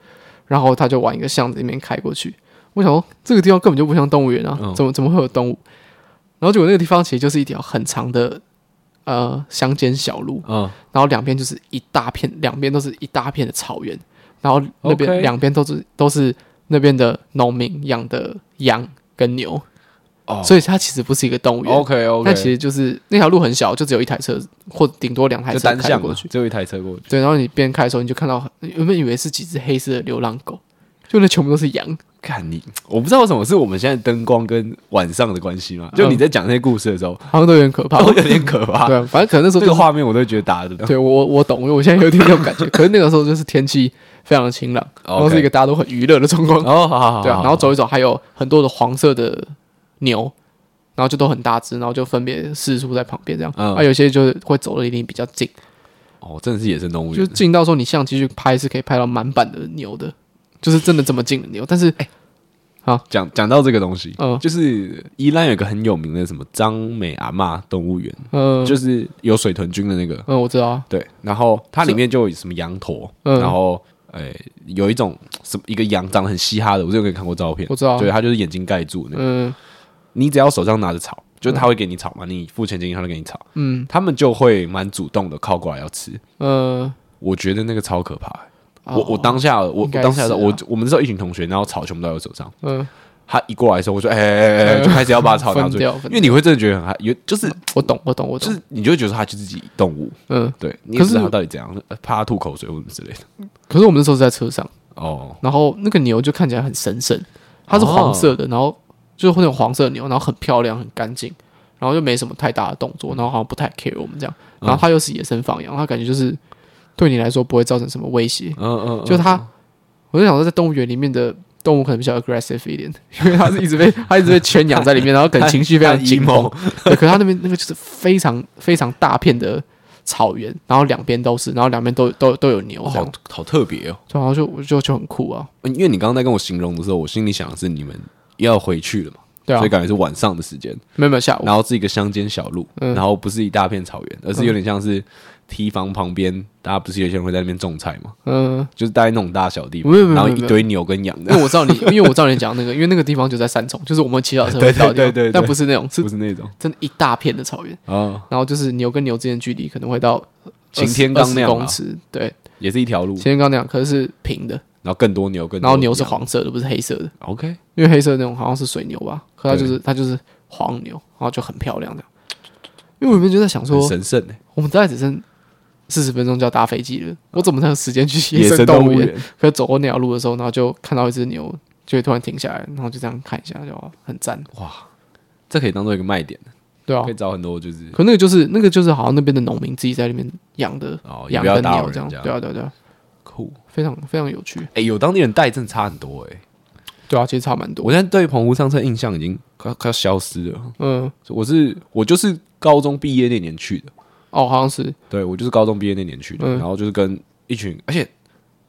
然后他就往一个巷子里面开过去。我想说，这个地方根本就不像动物园啊，
嗯
怎么怎么会有动物？然后结果那个地方其实就是一条很长的呃乡间小路，
嗯，
然后两边就是一大片，两边都是一大片的草原，然后那边
OK
两边都是都是那边的农民养的羊跟牛，
哦
所以它其实不是一个动物园。
OK OK，
但其实就是那条路很小，就只有一台车或顶多两台
就
车
单
开
向
过
嘛，
去。
只有一台车过去。
对，然后你边开的时候，你就看到原本以为是几只黑色的流浪狗，就那全部都是羊。
看你，我不知道为什么是我们现在灯光跟晚上的关系嘛？就你在讲那些故事的时候，
嗯好像都有点可怕。
都 哦有点可怕。
对，啊反正可能那时候
这个
就是
画面我都觉得打的。
对我我懂，因为我现在有点这种感 觉。可是那个时候就是天气非常的晴朗，然后是一个大家都很娱乐的状况。
哦，好好好，
对啊
好，
然后走一走，还有很多的黄色的牛，然后就都很大只，然后就分别四处在旁边这样。
嗯
啊，有些就是会走的离你比较近，
哦，真的是野生动物
就
园。
近到说你相机去拍是可以拍到满版的牛的，就是真的这么近的牛。但是
哎讲讲到这个东西，
嗯
就是宜兰有一个很有名的什么张美阿嬷动物园，
嗯
就是有水豚菌的那个，
嗯，我知道啊，
对，然后它里面就有什么羊驼，
嗯
然后呃有一种什么一个羊长得很嘻哈的，我之前有给你看过照片，
我知道啊
对，它就是眼睛盖住那个，
嗯
你只要手上拿着草，就是它会给你草嘛，你付钱进去它就给你草，
嗯
他们就会蛮主动的靠过来要吃，
嗯，
我觉得那个超可怕欸、
哦
我我当下我我
应该
当下的时候
是啊
我我们那时候一群同学，然后草全部都在我手上，
嗯，
他一过来的时候，我就哎哎哎哎，就开始要把草拿出
分
去，
掉分
因
掉
为你会真的觉得很害，有就是
我懂我懂我
就
懂，
是你就会觉得它就是自己动物，
嗯。
对，你也
可
不知道
是
它到底怎样，呃怕它吐口水或什么之类的。
可是我们那时候是在车上，
哦，
然后那个牛就看起来很神圣，它是黄色的，然后就是会有黄色的牛，然后很漂亮，很干净，然后就没什么太大的动作，
嗯
然后好像不太 care 我们这样，然后它又是野生放养，它感觉就是对你来说不会造成什么威胁，
嗯嗯，
就它，我就想说在动物园里面的。动物可能比较 aggressive 一点， 因为它是 一直被它一直被圈养在里面，然后可能情绪非常紧绷。对，可是它那边那个就是非常非常大片的草原，然后两边都是，然后两边都都都有牛
哦，
这样
好好特别哦。呃
对，然后就我就就很酷啊，
因为你刚刚在跟我形容的时候，我心里想的是你们要回去了嘛，
对啊
所以，感觉是晚上的时间，
没有没有下午，
然后是一个乡间小路，
嗯
然后不是一大片草原，而是有点像是堤防旁边，大家不是有些人会在那边种菜嘛，
嗯、
就是大概那种大小地方
没有没，有
然后
没有
一堆牛跟羊
因
的，
为我知 道你，因为我知道你讲那个，因为那个地方就在山丛，就是我们骑脚车会到的地方，
对对对对对
但不是那种，是
不是那种
真的一大片的草原，
啊，
然后就是牛跟牛之间的距离可能会到
擎天刚那
20
样
公
啊，
尺，对，
也是一条路
擎，天刚那样，可是是平的，
然后更多牛，更多
然后牛是
羊
黄色的，不是黑色的，
，OK，
因为黑色的那种好像是水牛吧，可它就是它就是黄牛，然后就很漂亮的，因为我们就在想
很
说，
神圣欸
我们大概只剩四十分钟就要搭飞机了，我怎么才有时间去
野生
动
动物
园？
园，
可是走过那条路的时候，然后就看到一只牛，就会突然停下来，然后就这样看一下，就哇很赞，
这可以当做一个卖点，
对啊
可以。找很多就是
可那个就是那个就是好像那边的农民自己在那边养的
哦，也
羊
不要
跟
打
牛
扰
这样，
人家，
对啊对啊对啊，
酷。
非常非常有趣，
哎，有当地人带真的差很多哎，
对啊，其实差蛮多，
我现在对澎湖上车印象已经快快要消失了。
嗯，
我是我就是高中毕业那年去的，
哦好像是，
对我就是高中毕业那年去的，
嗯
然后就是跟一群，而且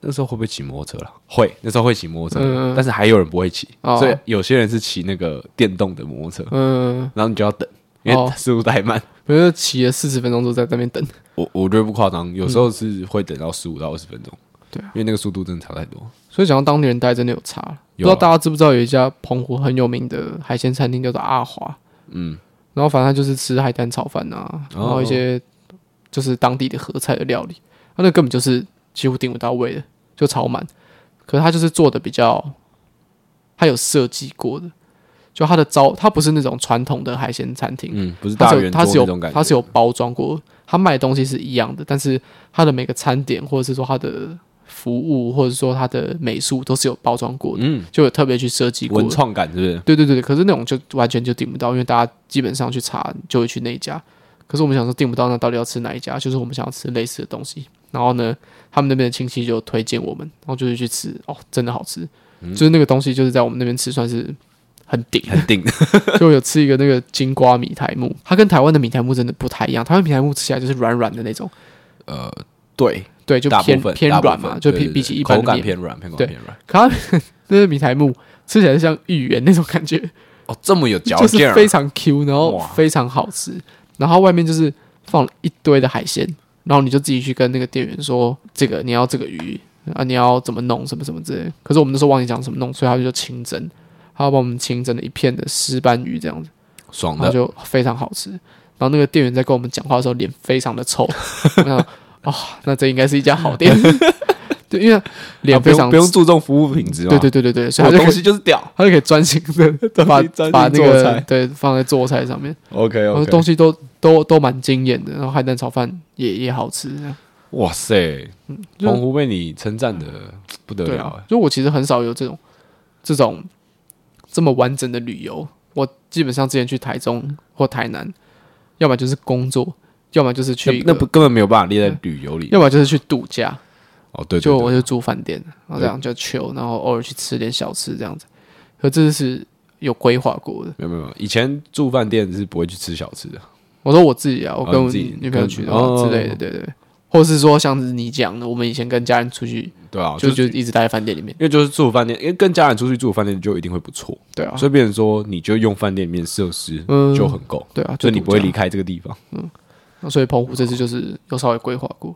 那时候会不会骑摩托车了？会，那时候会骑摩托车，
嗯嗯
但是还有人不会骑，
哦
所以有些人是骑那个电动的摩托车，
嗯，
然后你就要等，因为
哦
速度太慢。
我就骑了四十分钟都在那边等，
我我觉得不夸张，有时候是会等到十五到二十分钟，
嗯对啊
因为那个速度真的差太多。
所以讲到当地人待真的有差，不知
有啊
道大家知不知道有一家澎湖很有名的海鲜餐厅叫做阿华，
嗯，
然后反正他就是吃海胆炒饭啊，
哦
然后一些就是当地的合菜的料理，他那根本就是几乎订不到位的，就炒满。可是他就是做的比较，他有设计过的，就他的招，他不是那种传统的海鲜餐厅，
嗯，不是
它
大
是有
圆桌
它是
那种
有
感觉，
它是有包装过，它卖的东西是一样的，但是它的每个餐点或者是说它的服务或者说它的美术都是有包装过的，
嗯
就有特别去设计过
文
的。
创感，是不 是？
对对对，对可是那种就完全就订不到，因为大家基本上去查就会去那一家。可是我们想说订不到，那到底要吃哪一家？就是我们想要吃类似的东西。然后呢，他们那边的亲戚就推荐我们，然后就是去吃，哦，真的好吃，
嗯
就是那个东西就是在我们那边吃算是很顶的
很定的，
就我有吃一个那个金瓜米苔木，它跟台湾的米苔木真的不太一样。台湾米苔木吃起来就是软软的那种，
对，
呃对，就
大部
偏
分
偏
大部
软嘛，
分
就
对
比
对
比
对
起一般
口
的
感
面。
偏软，偏
对
偏软。
可它那个米苔木吃起来像芋圆那种感觉，
哦，这么有嚼
就
劲
是
儿，
非常 Q，然后
哇
非常好吃，然后外面就是放了一堆的海鲜，然后你就自己去跟那个店员说这个你要这个鱼啊，你要怎么弄什么什么之类的。可是我们那时候忘记讲怎么弄，所以他就清蒸，他要帮我们清蒸了一片的石斑鱼这样子。
爽
然后
的。啊
就非常好吃。然后那个店员在跟我们讲话的时候脸非常的臭， 那啊、哦，那这应该是一家好 店，对，因为脸
啊不
非
用
常、
不用注重服务品质嘛。
对对对对对，所以
我
他就可
东
以
西就是屌。
他就可以专心 的把
专心
把那
做
个
菜
对放在做菜上面，
OK
然后东西都都都蛮惊艳的，然后海胆炒饭也也好吃，这样
哇塞，
就是
嗯澎湖被你称赞的不得
对
了
啊
欸，，
就我其实很少有这种这种这么完整的旅游。我基本上之前去台中或台南，要么就是工作，要么就是去一
那
个
那不，根本没有办法列在旅游里。
要么就是去度假。
哦，对，对
就我
对
就住饭店，然后这样就 chill，然后偶尔去吃点小吃这样子。可这是有规划过的。
没有没有，没有以前住饭店是不会去吃小吃的。
我说我自己啊，我跟
哦
我
你自己
女朋友去的
跟
话
哦
之类的，对对。对或是说像是你讲的，我们以前跟家人出去，
对啊，
就
就
就一直待在饭店里面，
因为就是住饭店，因为跟家人出去住饭店就一定会不错，
对啊，
所以变成说你就用饭店里面设施
嗯
就很够，
对啊，
所以你
度
不会
假
离。开这个地方。
那所以澎湖这次就是有稍微规划过，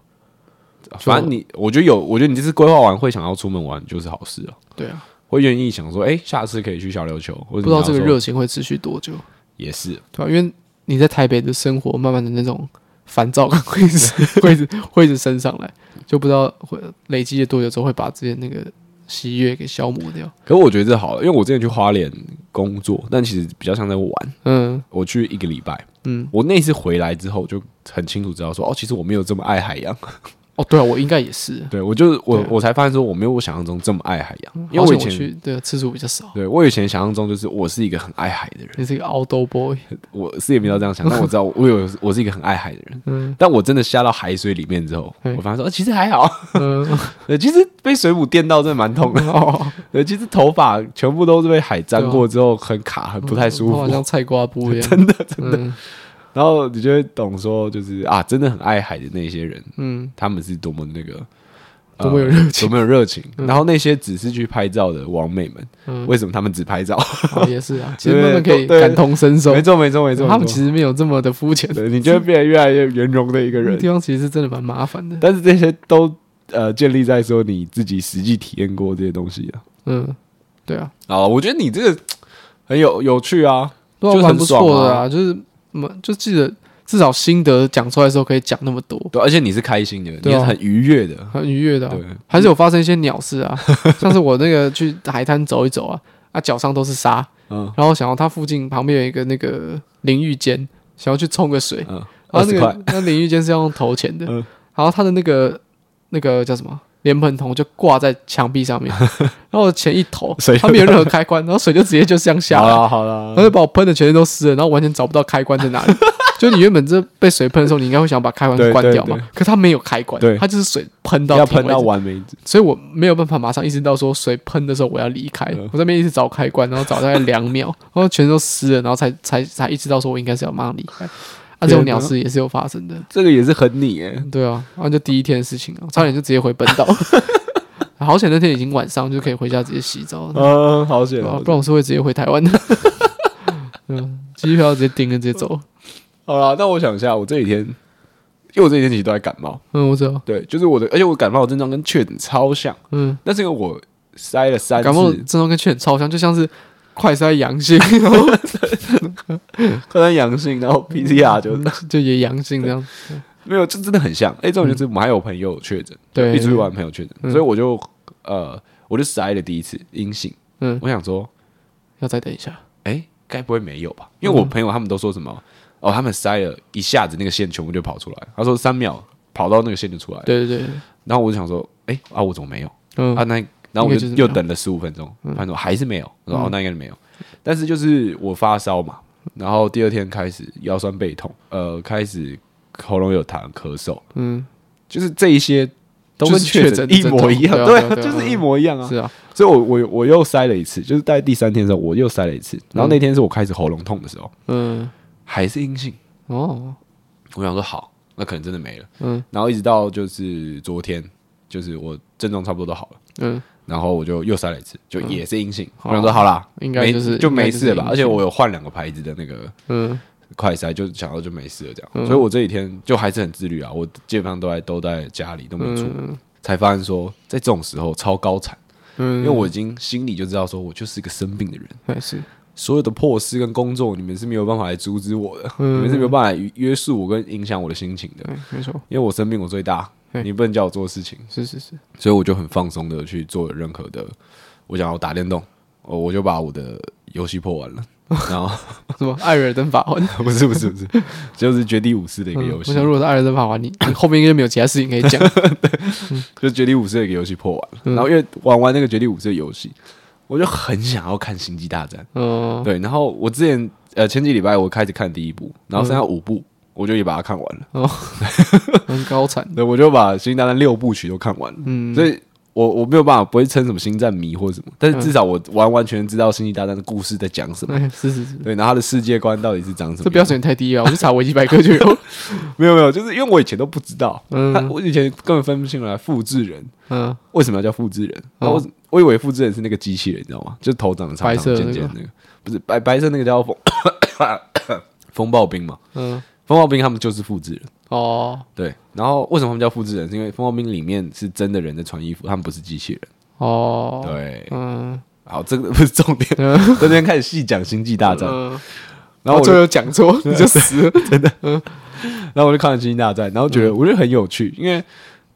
反正你，我觉得有，我觉得你这次规划完会想要出门玩就是好事啊，
对啊，
会愿意想说，哎，下次可以去小琉球，或者
不知道这个
你要说
热情会持续多久，
也是
对吧、啊因为你在台北的生活，慢慢的那种烦躁感会 一直会一直会一直升上来，就不知道会累积了多久之后会把之前那个喜悦给消磨掉。
可我觉得这好了，因为我之前去花莲工作，但其实比较像在玩。
嗯
我去一个礼拜，
嗯，
我那次回来之后就很清楚知道说，哦，其实我没有这么爱海 洋。
哦，对啊，我应该也是，
对我就是我
对
我才发现说，我没有我想象中这么爱海洋，因为
好
我以
险我
前
去对次数比较少，
对我以前想象中就是我是一个很爱海的人，
你是一个 outdoor boy，
我是也没有这样想，但我知道我有我是一个很爱海的人。
嗯
但我真的下到海水里面之后，
嗯
我发现说、呃其实还好，
嗯，
对，其实被水母电到真的蛮痛的。
哦，啊
对，其实头发全部都是被海沾过之后很卡，很 不太舒
我好
服。
像菜瓜布一样，真的真的，
然后你就会懂说，就是啊，真的很爱海的那些人，
嗯，
他们是多么那个，呃
多么有热情
多么有热情。然后那些只是去拍照的网美们，
嗯
为什么他们只拍照？
哦也是啊，其实
对
慢慢可以
对
感同身受
没，错，没错，没错。
他们
没
其
错
实没有这么的肤浅，
对你就会变得越来越圆融的一个
这
人
个。地方其实真的蛮麻 烦的，
但是这些都呃建立在说你自己实际体验过这些东西啊。
嗯，对啊，
啊，我觉得你这个很有有趣啊。
对啊，
就是
蛮
很
不
爽
错的
啊
啊，就是嗯，就记得至少心得讲出来的时候可以讲那么多，
对，而且你是开心的，你
对啊
是很愉悦的。
很愉悦的啊、
对
还是有发生一些鸟事啊， 像是我那个去海滩走一走啊，啊脚上都是沙，
嗯
然后想要它附近旁边有一个那个淋浴间，想要去冲个水，
嗯，二
然后那
十块
个那淋浴间是要用投钱的，
嗯
然后它的那个那个叫什么？莲蓬头就挂在墙 壁上面，然后我钱一投
水，就
它没有任何开关，然后水就直接就这样下
好
来，
啦好啦
然后，就把我喷的全身都湿了，然后完全找不到开关在哪里。就你原本这被水喷的时候，你应该会想把开关
对
关掉
对
嘛，可它没有开关
对，
它就是水喷到
要
停
喷到
为止
完为止。
所以我没有办法马上意识到说水喷的时候我要离开，
嗯
我在那边一直找开关，然后找大概两秒，然后全身都湿了，然后才才才意识到说我应该是要马上离开。啊，
天
这种
哪
鸟事也是有发生的，
这个也是很你 哎，
对啊，然后就第一天的事情啊，差点就直接回本岛。 好险那天已经晚上，就可以回家直接洗澡了，
嗯，好险
对吧
好险
啊不然我是会直接回台湾的。 嗯，机票直接订了，直接走。
好啦，那我想一下，我这几天，因为我这几天其实都在感冒，
嗯，我知道。
对，就是我的，而且我感冒的症状跟确诊超像，
嗯，
那是因为我塞了三次，
感冒的症状跟确诊超像，就像是快筛阳性， 然后
快筛阳性，然后 PCR 就、
就也阳性这样。
没有，这真的很像。哎、重点就是我们还有朋友确诊，
嗯
一
对
直去玩朋友确诊，
嗯
所以我就呃，我就塞了第一次阴性，
嗯，
我想说，
要再等一下。
哎、该不会没有吧？因为
嗯
我朋友他们都说什么，哦，他们塞了一下子那个线全部就跑出来，他说三秒跑到那个线就出来了，
对对对，
然后我就想说，哎、啊，我怎么没有？
嗯
啊，那然后我
应该
就
就是嗯
又
没有
等了十五分钟，反正还是没有，然
嗯
后那应该是没有。但是就是我发烧嘛，然后第二天开始腰酸背痛，呃，开始喉咙有痰、咳嗽，
嗯，
就是这一些都
就
跟
是
确
确诊
诊
的
一模一样，
症
对
状对啊
啊，
对啊
就是一模一样啊
是。啊，
所以我我我又塞了一次，就是在第三天的时候我又塞了一次，然后那天是我开始喉咙痛的时候，
嗯，
还是阴性。
哦，
我想说好，那可能真的没了。
嗯
然后一直到就是昨天，就是我症状差不多都好了。
嗯，
然后我就又塞了一次，就也是阴性。
好
我想说好啦，
应该
没
就是
就没事了吧
应？该
而
就
且
是阴性
我有换两个牌子的那个
嗯，
快筛，就想到就没事了这样。所以我这几天就还是很自律啊，我基本上都在都在家里都没出门，
嗯
才发现说在这种时候超高产，
嗯，
因为我已经心里就知道说我就是一个生病的人，
哎还是
所有的破事跟工作，你们是没有办法来阻止我的，
嗯
你们是没有办法来约约束我跟影响我的心情的，
对，哎没错，
因为我生病我最大，
对
你不能叫我做事情，
是是是，
所以我就很放松的去做任何的，我想要打电动，哦，我就把我的游戏破完了，然后
什么艾尔登法环？
不是不是不是，就是绝地武士的一个
嗯
游
我
戏，
想如果是艾尔登法环，你你后面应该没有其他事情可以讲。
就是绝地武士的一个游戏破完了，
嗯
然后因为玩完那个绝地武士的游戏，我就很想要看星际大战。
嗯，
对，然后我之前呃前几礼拜我开始看第一部，然后
嗯
剩下五部，我就也把它看完了。
很高产。
对，我就把《星际大战》六部曲都看完了。嗯，所以我我没有办法不会称什么星战迷或者什么，但
嗯
是至少我完完全全知道《星际大战》的故事在讲什么。
哎，是是是，
对，然后它的世界观到底是长什么样？
这标准也太低了，我去查维基百科就 有。
没有没有，就是因为我以前都不知道，
嗯
他我以前根本分不清来复制人
嗯，
为什么要叫复制人。然后我、
哦
我以为复制人是那个机器人，你知道吗？就是头长得长
白
长
色的
尖
那
尖
个
那个，不是白白色那个叫风 风暴兵嘛？
嗯，
风暴兵他们就是复制人。
哦
对，然后为什么他们叫复制人？是因为风暴兵里面是真的人在穿衣服，他们不是机器人。
哦，
对，
嗯，
好，这个不是重 点，
嗯
这边开始细讲星际大战，
嗯，
哦然后我就
最后有讲 错，你就死了。
然后我就看了星际大战，然后觉
嗯
得我觉得很有趣，因为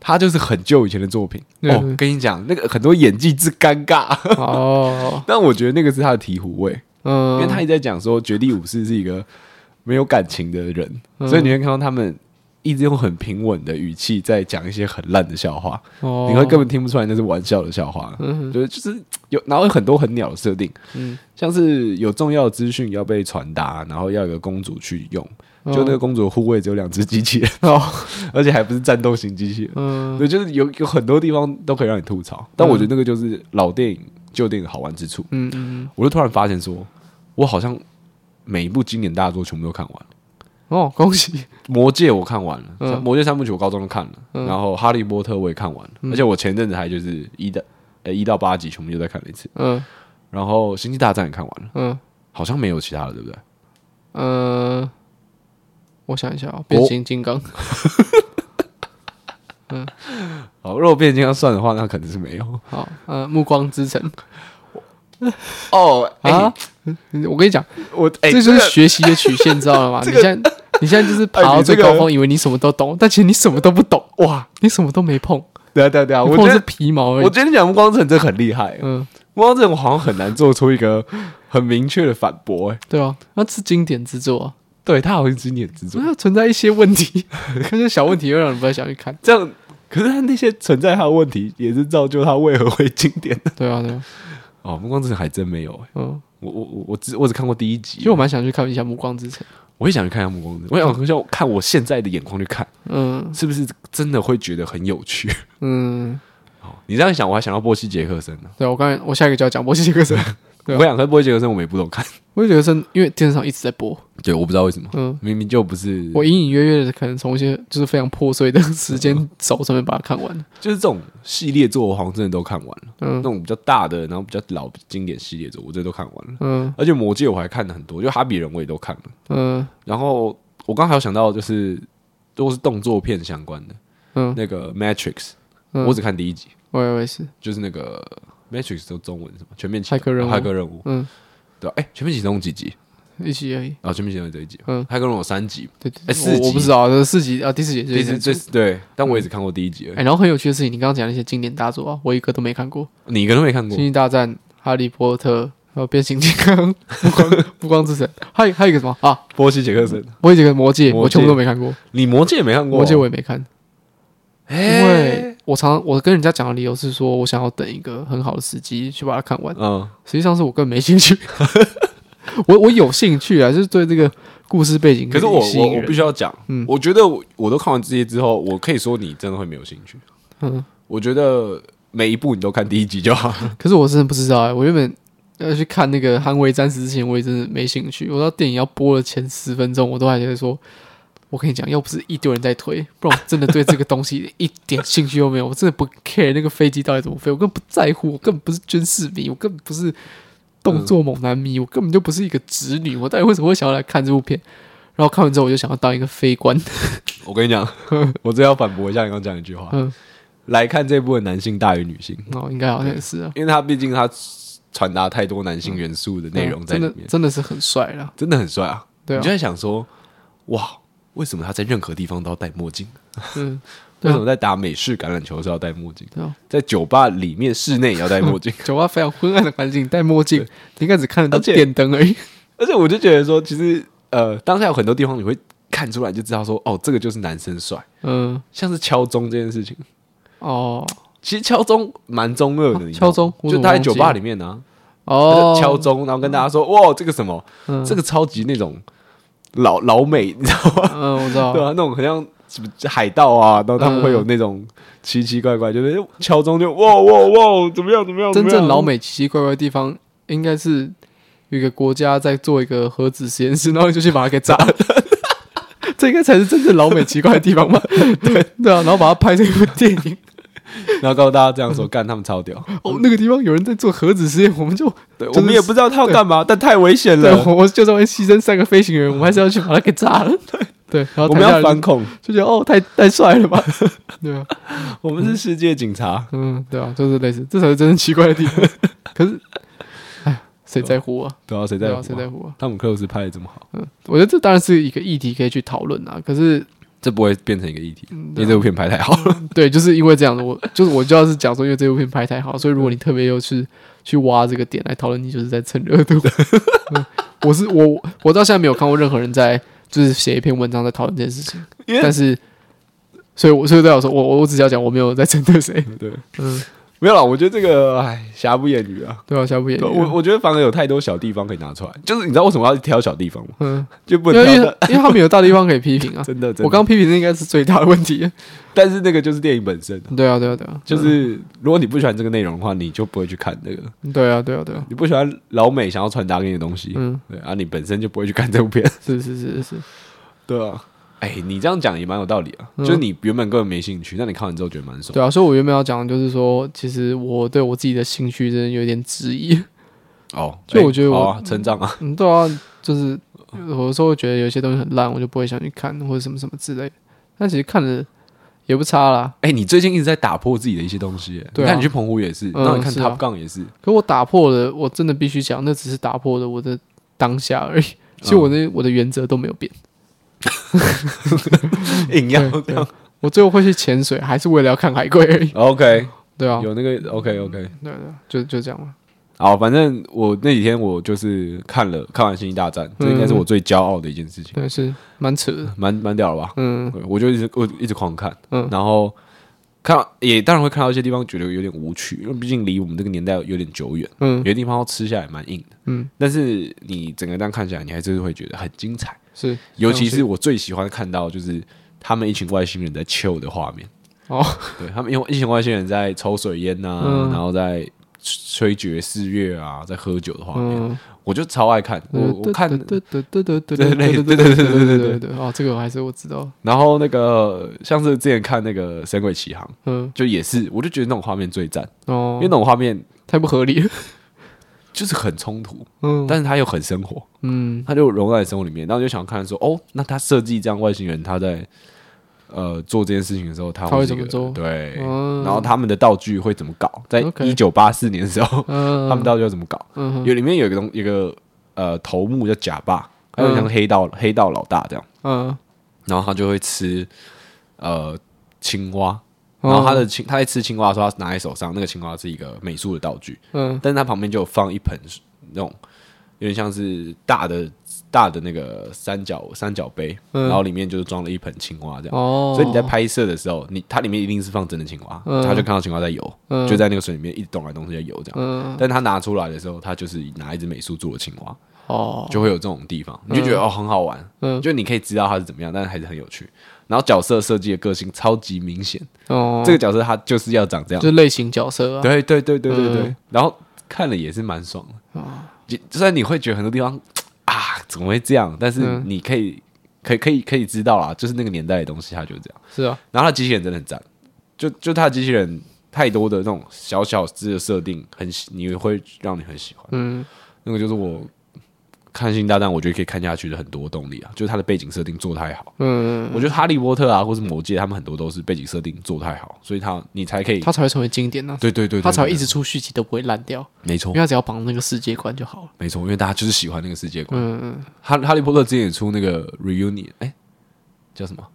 它就是很旧以前的作品。
嗯
哦，跟你讲，那个很多演技之尴尬，
哦，
但我觉得那个是他的醍醐味，因
嗯，
为他一直在讲说绝地武士是一个没有感情的人，
嗯
所以你会看到他们。一直用很平稳的语气在讲一些很烂的笑话，
哦
你会根本听不出来那是玩笑的笑话，
嗯
就是就是有，然后有很多很鸟的设定，
嗯
像是有重要的资讯要被传达，然后要有个公主去用，
嗯
就那个公主的护卫只有两只机器人，
哦，
而且还不是战斗型机器人，
嗯
对，就是有有很多地方都可以让你吐槽，但我觉得那个就是老电影旧电影的好玩之处。
嗯嗯，
我就突然发现说，我好像每一部经典大作全部都看完了。
哦，恭喜，
魔戒我看完了，
嗯
魔戒三部曲我高中都看了，然后哈利波特我也看完了，而且我前阵子还就是一的呃一到八集全部又再看了一次，
嗯
然后星际大战也看完了，
嗯
好像没有其他了，对不对？
嗯，我想一下啊，变形金刚，
好，如果变形金刚算的话，那可能是没有。
好，呃，暮光之城
哦，
啊，嗯我跟你讲，
我哎、
这
这
就是
个
学习的曲线，知道 了吗？你现在你现在就是爬
哎
到
你这个
最高峰，以为你什么都
哎
懂，但其实你什么都不懂，哇，你什么都没碰，
对啊对啊对啊，
你
我
碰
觉
的是
得
皮毛而
我
已。
觉得你讲暮光之城真的很厉害，
嗯，
暮光之城我好像很难做出一个很明确的反驳、哎，
对啊，那是经典之作啊，
对他好像是经典之作，
那存在一些问题， 看些小问题又让人不太想去看。
这样。可是他那些存在他的问题，也是造就他为何会经典的。
对啊，对啊，
哦，《暮光之城》还真没有、哎
嗯，
我我我我只我只看过第一集，
其实我蛮想去看一下《暮光之城》。
我也想去看一下《暮光之城》，我想要看我现在的眼光去看，
嗯
是不是真的会觉得很有 趣？
嗯，
哦你这样想，我还想到波西·杰克森呢、
对啊我刚才我下一个就要讲《波西杰克森》， 对啊
我想看波西·杰克森，我每部都看。
波西杰克森因为电视上一直在播，
对，我不知道为什么，
嗯，
明明就不是，
我隐隐约约的可能从一些就是非常破碎的时间轴上面把它看完了。
就是这种系列作，我好像真的都看完了。那
嗯
种比较大的，然后比较老经典系列作，我真的都看完了。
嗯
而且《魔戒》我还看了很多，就《哈比人》我也都看了。
嗯
然后我刚还有想到，就是如果是动作片相关的，
嗯，
那个《Matrix》，
嗯
我只看第一集，
我也我也是，
就是那个《Matrix》都中文是什么全面启哦
骇客任务
骇客任务，
嗯，
对吧？哎，全面启动有几集？
一集而已。
啊，全面启动有这一集，
嗯
骇客任务有三集，
对对，
哎四
我我不
集
知道，这四集啊，第四集
这
也
是
是。
这是对，但我也只看过第一集而已
哎，。然后很有趣的事情，你刚刚讲那些经典大作啊，我一个都没看过。
你一个都没看
《
过
星？际大战》《哈利波特》，还有《变形金 刚》《暮光暮光之城》，还有还有一个什么啊？
波西·杰克森，
我有几个《魔戒》，
魔戒
我全部都没看过，《
你《魔戒》也没看过？
魔戒》我也没看，因
哎，
为我常我跟人家讲的理由是说我想要等一个很好的时机去把它看完，
嗯，
实际上是我根本没 兴趣。我我有兴趣啊，就是对这个故事背景
可是我
吸
我
引
我
人
必须要讲，
嗯
我觉得我我都看完这些之后，我可以说你真的会没有兴趣。
嗯，
我觉得每一部你都看第一集就好。
可是我真的不知道哎、我原本要去看那个《捍卫战士》之前，我也真的没兴趣。我到电影要播的前十分钟，我都还觉得说，我跟你讲，要不是一堆人在推，不然我真的对这个东西一点兴趣都没有。我真的不 care 那个飞机到底怎么飞，我根本不在乎，我根本不是军事迷，我根本不是动作猛男迷，我根本就不是一个直女，我到底为什么会想要来看这部片？然后看完之后，我就想要当一个飞官。
我跟你讲， 我这要反驳一下你刚刚讲一句话
嗯，
来看这部的男性大于女性，
哦，应该好像也是啊。
因为他毕竟他传达太多男性元素的内容在
嗯真
里
的
面，
真的是很帅啦。
真的很帅啊！
对啊
你就在想说，哇，为什么他在任何地方都要戴墨镜？
嗯，对
为
啊
什么在打美式橄榄球的时候要戴墨镜
对啊？
在酒吧里面室内也要戴墨镜？
酒吧非常昏暗的环境，戴墨镜，你应该只看得到
而且
电灯而已。
而且我就觉得说，其实呃，当下有很多地方你会看出来，就知道说，哦，这个就是男生帅，
嗯，
像是敲钟这件事情。
哦
其实敲钟蛮中二的，你知道吗
敲钟我
就
怎么
他在
忘记
酒吧
了
里面呢、啊，他
哦
就，敲钟，然后跟大家说，哇，这个什么，
嗯
这个超级那种老老美，你知道吗？
嗯， 我知道
对，啊，那种很像什么海盗啊，然后他们
嗯
会有那种奇奇怪怪，就是敲钟就哇哇哇，怎么样怎么样？怎
真
么样
正老美奇奇怪怪的地方，应该是有一个国家在做一个核子实验室，然后就去把它给炸 了。这应该才是真正老美奇怪的地方 吧？对对啊，然后把它拍成一部电影。
然后告诉大家这样说，干他们超屌。
哦，那个地方有人在做核子实验，我们就
对，
就是
我们也不知道他要干嘛，但太危险
对，啊
了，
我我就算会牺牲三个飞行员，我们还是要去把它给炸了。 对，然后
我们
台下
要
人
反恐，
就觉得哦，太太帅了吧？ 对啊，
我们是世界警察。
嗯，对啊，就是类似，这才是真正奇怪的地方。 可是，哎，谁在乎啊？
对啊，谁在乎
对啊，
啊？
谁在乎嗯啊？
汤姆克鲁斯拍的这么好，
我觉得这当然是一个议题可以去讨论啊。可是，
这不会变成一个议题，
嗯
因为
啊
这部片拍太好了。
对，就是因为这样的，我就是我就要是讲说，因为这部片拍太好，所以如果你特别又去去挖这个点来讨论，你就是在蹭热 度。嗯我是我，我到现在没有看过任何人在就是写一篇文章在讨论这件事情，
因为
但是，所以我所以对啊我来说，我我我只是要讲我没有在 针对谁，
对，
嗯，
没有啦，我觉得这个哎，瑕不掩瑜啊。
对啊，下部演
对我
员，
我觉得反而有太多小地方可以拿出来，就是你知道为什么要挑小地方吗？
嗯，
就不
因为
能
因
挑，
为因为他们有大地方可以批评啊
真的真的。
我刚批评的应该是最大的问题，
但是那个就是电影本身啊，
对啊，对啊，对啊，
就是如果你不喜欢这个内容的话，你就不会去看这个；
嗯对啊，对啊，对啊，
你不喜欢老美想要传达给你的东西，
嗯，
对啊，你本身就不会去看这部片。
是是是是是，
对啊，哎，你这样讲也蛮有道理啊。
嗯
就是你原本根本没兴趣，那你看完之后觉得蛮爽。
对啊，所以我原本要讲的就是说，其实我对我自己的兴趣真的有点质疑。
哦，
所以
哎
我觉得我
好啊成长啊，
嗯，对啊，就是有时候会觉得有些东西很烂，我就不会想去看或者什么什么之类的。但其实看了也不差啦。
哎，你最近一直在打破自己的一些东西。哎
对啊
你看你去澎湖也是，
嗯
然后你看
是啊
Top Gun 也是，
可我打破了，我真的必须讲，那只是打破了我的当下而已。其实我那、我的原则都没有变。
硬要这
对
样。
我最后会去潜水，还是为了要看海龟而已。
OK，
对啊，
有那个 OK OK。
对对，就就这样嘛。
好，反正我那几天我就是看了看完《星际大战》，这应该是我最骄傲的一件事情，
对，是蛮扯的。
蛮蛮屌了吧？
嗯
对我就一直我一直狂看，
嗯
然后看到也当然会看到一些地方觉得有点无趣，因为毕竟离我们这个年代有点久远，
嗯
有，些地方要吃下来蛮硬的，
嗯，
但是你整个这样看起来，你还是会觉得很精彩，
是，
尤其是我最喜欢看到就是他们一群外星人在 chill 的画面，
哦，
对他们因为一群外星人在抽水烟呐、
嗯
然后在吹爵士乐啊，在喝酒的画面，
嗯，
我就超爱看，我我看
对对对对对
对类
对
似对对
对对对
对
对
对
对
对
对，哦，这个我还是我知道，
然后那个像是之前看那个《神鬼奇航》，
嗯，
就也是，我就觉得那种画面最赞，
哦
因为，那种画面
太不合理了，
就是很冲突，
嗯
但是它又很生活，
嗯，
它就融在生活里面。然后就想看说，哦，那他设计这样外星人，他在呃做这件事情的时候，他
他会
是一个
怎么做
对，
嗯
然后他们的道具会怎么搞？在
OK
一九八四年的时候，
嗯，
他们道具要怎么搞？
嗯哼
有里面有一个东有一个呃头目叫假霸，还有像黑道、黑道老大这样，
嗯，
然后他就会吃呃青蛙。
哦
然后他的青，他在吃青蛙的时候，他拿在手上，那个青蛙是一个美术的道具，
嗯
但是它旁边就有放一盆那种有点像是大的大的那个三角三角杯，
嗯
然后里面就是装了一盆青蛙这样。
哦，
所以你在拍摄的时候，你它里面一定是放真的青蛙，
嗯
他就看到青蛙在游，
嗯
就在那个水里面一直动来动去在游这样。
嗯
但他拿出来的时候，他就是拿一只美术做的青蛙，
哦
就会有这种地方，你就觉得、哦很好玩，
嗯
就你可以知道它是怎么样，但是还是很有趣。然后角色设计的个性超级明显，
哦，
这个角色他就是要长这样
就，是类型角色啊，
对对对对对对，
嗯哦
然后看了也是蛮爽的。就就算你会觉得很多地方啊怎么会这样，但是
嗯
你可以、可以可以可以知道啦，就是那个年代的东西，它就是这样。
是啊，
然后它机器人真的很赞，就就它的机器人太多的那种小小只的设定，很喜你会让你很喜欢。
嗯
那个就是我看《星际大战》，我觉得可以看下去的很多动力啊，就是它的背景设定做太好。
嗯，
我觉得《哈利波特》啊，或是《魔戒》，他们很多都是背景设定做太好，所以他你才可以，
它才会成为经典呢、
对对对对，
它才会
对
一直出续集都不会烂掉，
没错
因为它只要绑那个世界观就好了。
没错，因为大家就是喜欢那个世界观。
嗯
哈哈利波特之前也出那个 reunion，哎、叫什么？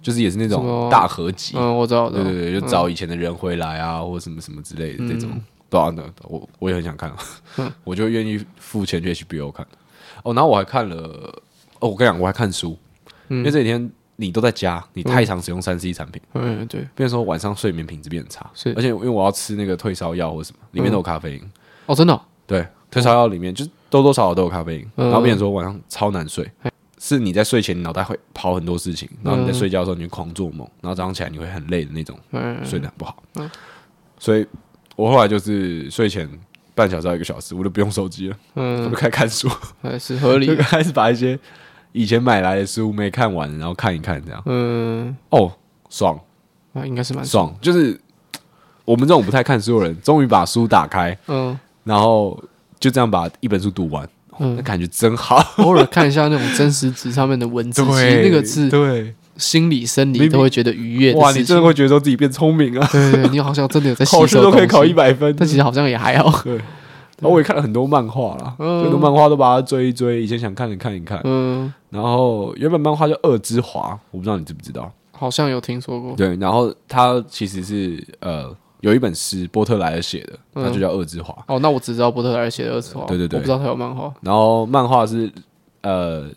就是也是那
什
种
么
大合集，
嗯，嗯我知道，我知
对
道
对对，就找以前的人回来啊，或什么什么之类的这种。对啊，那我我也很想看，啊
嗯
我就愿意付钱去 HBO 看。哦，然后我还看了，哦，我跟你讲，我还看书，因为这几天你都在家，你太常使用三 C 产品，
嗯，对。
变成说晚上睡眠品质变差，
是
而且因为我要吃那个退烧药或什么，里面都有咖啡因，
哦，真的哦、
对，退烧药里面就是多多少少都有咖啡因，
嗯
然后变成说晚上超难睡，是你在睡前你脑袋会跑很多事情，然后你在睡觉的时候你就狂做梦，然后早上起来你会很累的那种，
嗯，
睡得很不好。所以我后来就是睡前半小时到一个小时，我就不用手机了，我
嗯
就，开始看书，
还是合 理
就
的。
开始把一些以前买来的书没看完，然后看一看这样。
嗯，
哦，爽
那应该是蛮
爽，就是嘖我们这种不太看书的人，终于把书打开，
嗯，
然后就这样把一本书读完，哦
嗯
那感觉真 好。
偶尔看一下那种真实纸上面的文字，其实那个字
对，
心理生
明
理
明
都会觉得愉悦的
哇，
事
你
情
真的。会觉得说自己变聪明啊，
对对对，你好像真的有在吸
考试
收
都可以
东
考
西
一，百分，
但其实好像也还 好。
对，然后我也看了很多漫画啦，
嗯
很多漫画都把它追一追，以前想看的看一看。
嗯，
然后原本漫画叫《恶之华》，我不知道你知不知道。
好像有听说过。
对，然后它其实是呃有一本诗波特莱尔写的，它就叫《恶之华》。
哦，那我只知道波特莱尔写的二次画，
对对对
我不知道他有漫画。
然后漫画是呃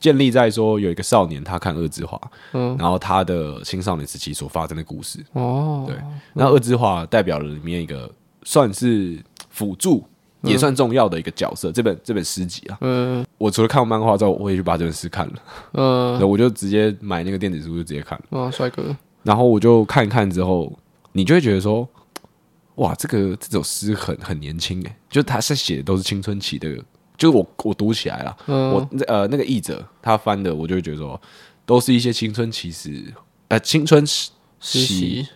建立在说有一个少年他看《恶之华》，
嗯，
然后他的青少年时期所发生的故事。
哦，
对那《恶之华》代表了里面一个算是辅助。也算重要的一个角色，这本这本诗集啊，
嗯
我除了看漫画之后，我也去把这本诗看了。
嗯
对，我就直接买那个电子书就直接看了，
啊，帅哥，
然后我就看一看之后，你就会觉得说，哇，这个这首诗很很年轻诶，就是他是写的都是青春期的，就是我我读起来啦，我呃那个译者他翻的，我就会觉得说，都是一些青春期时呃青春时
实
期
习，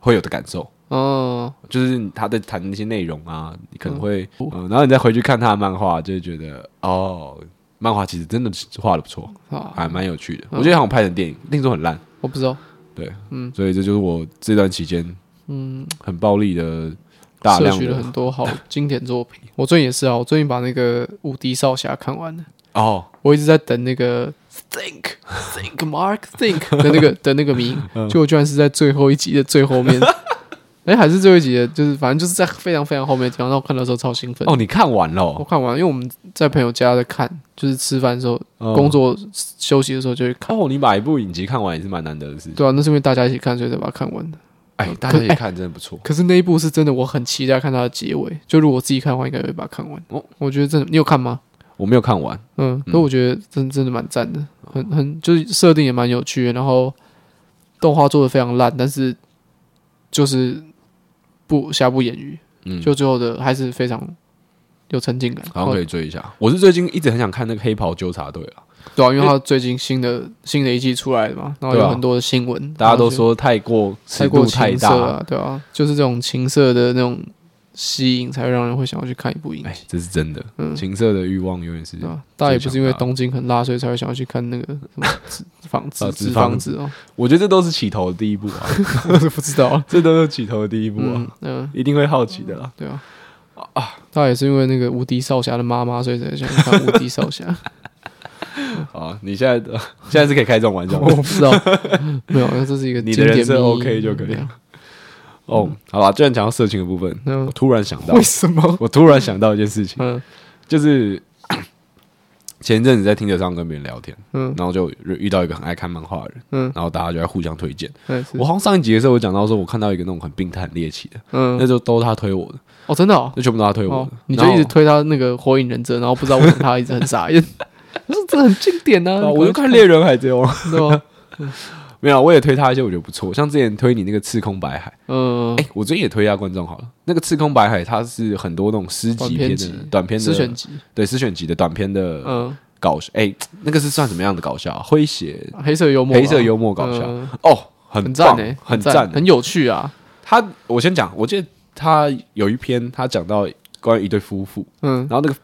会有的感受。
嗯，
就是他在谈那些内容啊，你可能会，嗯、然后你再回去看他的漫画，就会觉得哦，漫画其实真的是画嗯的不错，
好，
还蛮有趣的。我觉得好像拍成电影，那时候很烂，
我不知道，
对，嗯，所以这就是我这段期间，嗯，很暴力的大
摄
量
取了
的
很多好经典作品。我最近也是啊，我最近把那个《无敌少侠》看完了，
哦，
我一直在等那个 Think Think Mark Think 的那个的那个名，
嗯
就我居然是在最后一集的最后面，哎，还是最后一集的，就是反正就是在非常非常后面的地方，然后我看到的时候超兴奋。
哦，你看完了
我
哦，
看完，因为我们在朋友家在看，就是吃饭的时候、
嗯
工作休息的时候就会看。
哦，你把一部影集看完也是蛮难得的事情。
对啊，那是因为大家一起看，所以才把它看完的。
哎，大家也看真的不错。
可是那一部是真的，我很期待看它的结尾。就如果我自己看的话，应该会把它看完。
哦
我觉得真的，你有看吗？
我没有看完，
嗯，可我觉得真真的蛮赞的，很很就是设定也蛮有趣的，然后动画做的非常烂，但是就是不瑕不掩瑜，
嗯，
就最后的还是非常有沉浸感。哦
好像可以追一下。我是最近一直很想看那个《黑袍纠察队》啊，
对啊，因为他最近新的新的一季出来的嘛，然后
对啊
有很多的新闻，
大家都说太过
太
尺
过
度太
情色
大，
啊，对啊，就是这种情色的那种吸引，才会让人会想要去看一部影
哎
集，，
这是真的。
嗯
情色的欲望永远是
对吧？大家也不是
最
因为
强大
东京很辣，所以才会想要去看那个什么 脂肪
啊
子、
脂
脂
肪
肪子哦，
我觉得这都是起头的第一步啊，
我都不知道啊，
这都是起头的第一步
嗯
啊，
嗯，
一定会好奇的啦。
对啊，啊，大家也是因为那个无敌少侠的妈妈，所以才想看无敌少侠， 嗯
好啊，你现在现在是可以开这种玩笑
我
的
不知道，没有，那这是一个
你的
经典
人设
迷
OK 就可以
对啊
哦。好啦，既然讲到色情的部分，
嗯
我突然想到
为，什 么？
我突然想到一件事情，
嗯
就是 前一阵子在听着上跟别人聊天，
嗯
然后就遇到一个很爱看漫画的人，
嗯，
然后大家就在互相推荐。
对是
我好像上一集的时候，我讲到说我看到一个那种很病态、很猎奇的，那
嗯，
时候都是他推我的，
哦，真的哦，
那全部都他推我
哦
的，，
你就
然
一
后
直推他那个《火影忍者》，然后不知道为什么他一直很 傻眼，这这很经典啊！
啊我就看《猎人海贼王》，
对吧？
没有，我也推他一些我觉得不错，像之前推你那个《刺空白海》，
嗯
哎，，我最近也推一下观众好了。那个《刺空白海》它是很多那种诗
短
集
篇
篇
集
的、短篇
诗
的
选集，
对诗选集的短篇的
嗯，
搞笑，哎、那个是算什么样的搞笑啊？诙谐、
黑色幽默啊，
黑色幽默搞笑，
嗯
哦，很
很赞
棒，
诶，
很
赞，
赞。
很有趣啊。
他，我先讲，我记得他有一篇，他讲到关于一对夫妇，
嗯
然后那个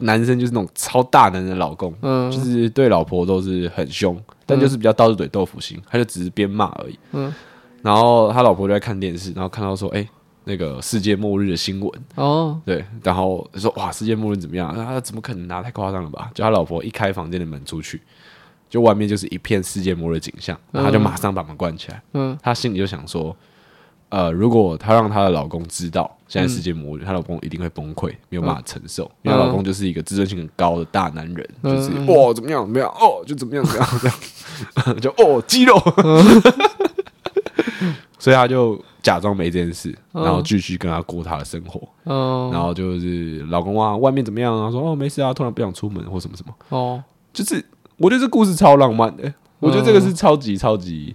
男生就是那种超大男人的老公，
嗯
就是对老婆都是很凶，但就是比较刀子嘴豆腐心，他就只是边骂而已。
嗯
然后他老婆就在看电视，然后看到说，哎、那个世界末日的新闻，
哦，
对，然后就说哇，世界末日怎么样？他怎么可能拿、太夸张了吧？就他老婆一开房间的门出去，就外面就是一片世界末日景象，然后他就马上把门关起来。
嗯，
她心里就想说，呃，如果她让她的老公知道现在世界末日，她、老公一定会崩溃，没有办法承受，因为她老公就是一个自尊心很高的大男人，就是哇怎么样怎么样，哦就怎么样怎么样这样，就哦肌肉， 所以她就假装没这件事，然后继续跟她过她的生活，
哦，
然后就是老公啊外面怎么样啊，说哦没事啊，突然不想出门或什么什么，
哦，
就是我觉得这故事超浪漫的、我觉得这个是超级超级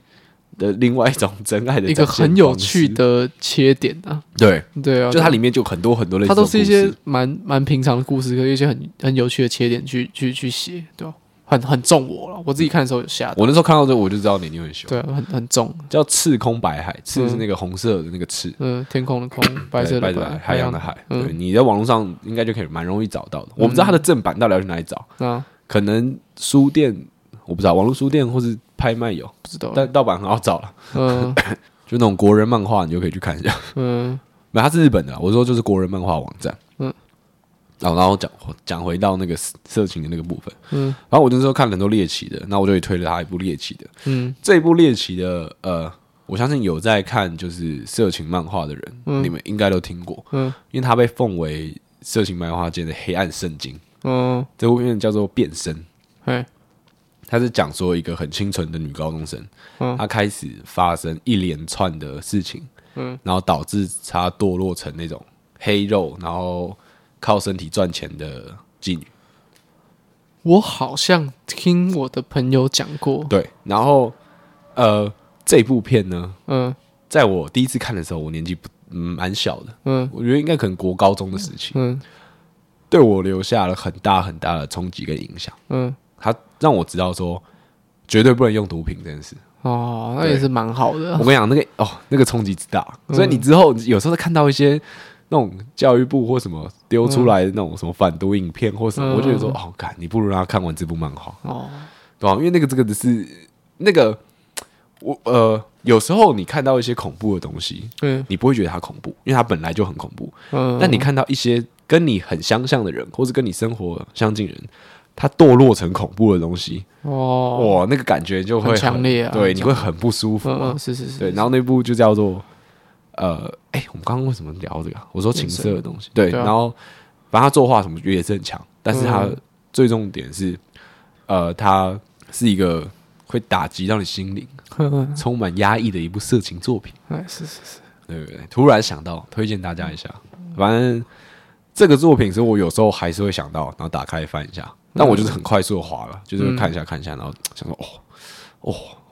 的另外一种真爱的
一个
展现
很有
方式
趣，的切点啊，
对，
对啊，
就它里面就有很多很多类似
它
的
都
故事，
是一些蛮蛮平常的故事，跟一些很很有趣的切点去去去写，对吧、啊很很中我了，我自己看的时候有吓到，
我那时候看到这我就知道你一定会喜欢，
对啊，很很中，
叫赤空白海，赤是那个红色的那个赤，
嗯，天空的空，白
对
色
白
的
色的海海洋的啊海，
嗯
对，你在网络上应该就可以蛮容易找到的。我不知道它的正版到底要去哪里找，
啊，
可能书店我不知道，网络书店或是拍卖有，
不知道，
但盗版很好找了，
嗯
就那种国人漫画你就可以去看一下。
嗯
没有，它是日本的啦。我说就是国人漫画网站。
嗯
嗯，然后然后讲讲回到那个色情的那个部分。
嗯
然后我那时候看了很多猎奇的，那我就也推了他一部猎奇的。
嗯
这一部猎奇的，呃，我相信有在看就是色情漫画的人，
嗯
你们应该都听过，
嗯
因为它被奉为色情漫画界的黑暗圣经。
嗯，
这部片叫做《变身》，
哎，
它是讲说一个很清纯的女高中生，
嗯
她开始发生一连串的事情，
嗯
然后导致她堕落成那种黑肉，然后靠身体赚钱的妓女。
我好像听我的朋友讲过，
对，然后呃，这部片呢，
嗯
在我第一次看的时候，我年纪不嗯蛮小的，
嗯
我觉得应该可能国高中的时期，
嗯
对我留下了很大很大的冲击跟影响。
嗯，
它让我知道说，绝对不能用毒品这件事。
哦，那也是蛮好 的啊
我，跟你讲，那个哦，那个冲击之大，
嗯
所以你之后有时候看到一些那种教育部或什么丢出来的那种什么反毒影片或什么，
嗯
我就觉得说，哦，干，你不如让他看完这部漫画，
哦，
对吧、因为那个这个只是那个我呃，有时候你看到一些恐怖的东西，
嗯
你不会觉得它恐怖，因为它本来就很恐怖。
嗯，
但你看到一些跟你很相像的人，或是跟你生活相近的人。他堕落成恐怖的东西，哇、
哦，
那个感觉就会
很强烈啊
对，你会很不舒服
嗯
啊
嗯，。是是是，
对，然后那部就叫做呃，哎、我们刚刚为什么聊这个啊？我说情色的东西，对，
对啊
然后反正他作画什么也是很强，但是他
嗯
最重点是，呃，他是一个会打击到你心灵、
嗯，
充满压抑的一部色情作品，
哎，是是是，
对不对？突然想到，推荐大家一下，反正这个作品是我有时候还是会想到，然后打开翻一下，但我就是很快速的划
嗯
了，就是会看一下看一下，然后想说，哦哦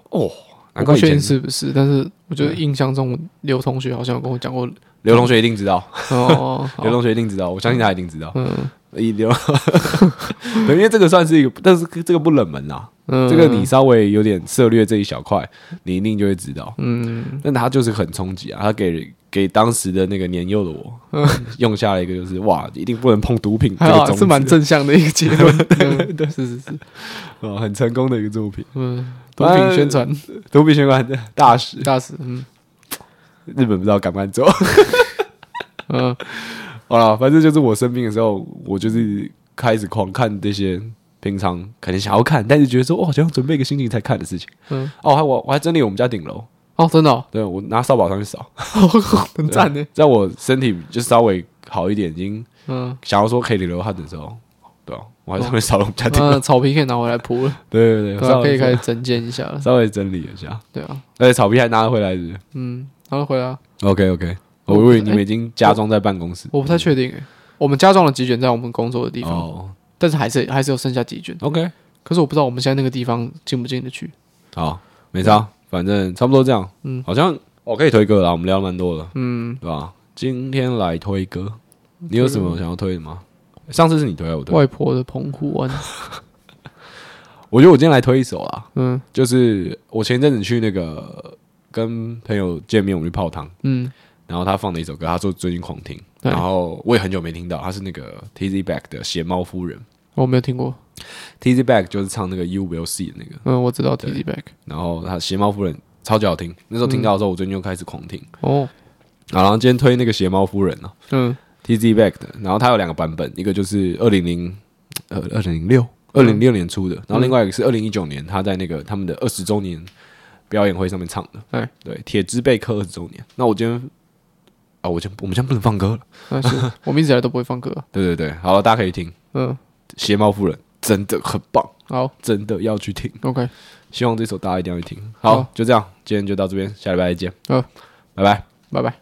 哦，
我
难怪
不
以
确
前
定
嗯
是不是，但是我觉得印象中刘同学好像有跟我 讲过，
刘同学一定知道。
哦，好
刘同学一定知道，我相信他一定知道。
嗯
以刘， 对，因为这个算是一个，但是这个不冷门啦。
嗯，
这个你稍微有点涉略这一小块，你一定就会知道。
嗯
但他就是很冲击啊，他给给当时的那个年幼的我，用下了一个就是哇，一定不能碰毒品这
还
个
好
种
嗯 啊
子，
是蛮正向的一个结 论，嗯对，是是是，
哦很成功的一个作品。
嗯，毒品宣传
毒品相关的大使，
大使，嗯
日本不知道敢不敢做。
嗯
好了，反正就是我生病的时候，我就是开始狂看这些平常可能想要看，但是觉得说哇，好像准备一个心情才看的事情。
嗯，
哦，我还我我还整理我们家顶楼，
哦，真的哦，
对我拿扫把上去扫，
很 赞呢，
在我身体就稍微好一点，已经
嗯。
想要说可以流流汗的时候，对啊，我还上去扫了我们家顶楼，
那草皮可以拿回来铺了，
对对对，
哦
啊
对啊
稍
可以
微
开始整建一下了。
稍微整理一下，
对啊，
而且草皮还拿回来是
嗯，然后回来啊，
OK OK，我
我
以
不
为
是
你们已经加装在办公室
我不太确定诶、欸我们家装了集卷在我们工作的地方，
哦
但是还是还是有剩下集卷，
，OK，
可是我不知道我们现在那个地方进不进得去。
好，没差，反正差不多这样，嗯，好像我可以推歌了，我们聊蛮多了，
嗯，
对吧？今天来推歌，你有什么想要推的吗？上次是你推还啊是我推？
外婆的啊澎湖湾，
我觉得我今天来推一首啦，
嗯
就是我前阵子去那个跟朋友见面，我们去泡汤，
嗯
然后他放了一首歌，他说最近狂听，
对
然后我也很久没听到，他是那个 Tizzy Back 的鞋猫夫人
我没有听过。
，Tizzy Back 就是唱那个 You Will See 的那个，
嗯，我知道 T D Back。
然后他鞋猫夫人超级好听，那时候听到之
嗯
后，我最近又开始狂听。
哦，
好，然后今天推那个鞋猫夫人啊
嗯
Tizzy Back 的，然后它有两个版本，一个就是二零零呃二零零
嗯
六二零零六年出的，然后另外一个是二零一九年他在那个他们的二十周年表演会上面唱的，
哎
对，铁之贝克二十周年。那我今天啊，我今天我们现在不能放歌了，
但是我们一直以来都不会放歌。
对对对，好了，大家可以听《
嗯，
鞋猫夫人》，真的很棒，
好
真的要去听，
，OK，
希望这首大家一定要去听。好，
好
就这样，今天就到这边，下礼拜再见，
好，
拜拜。
拜拜。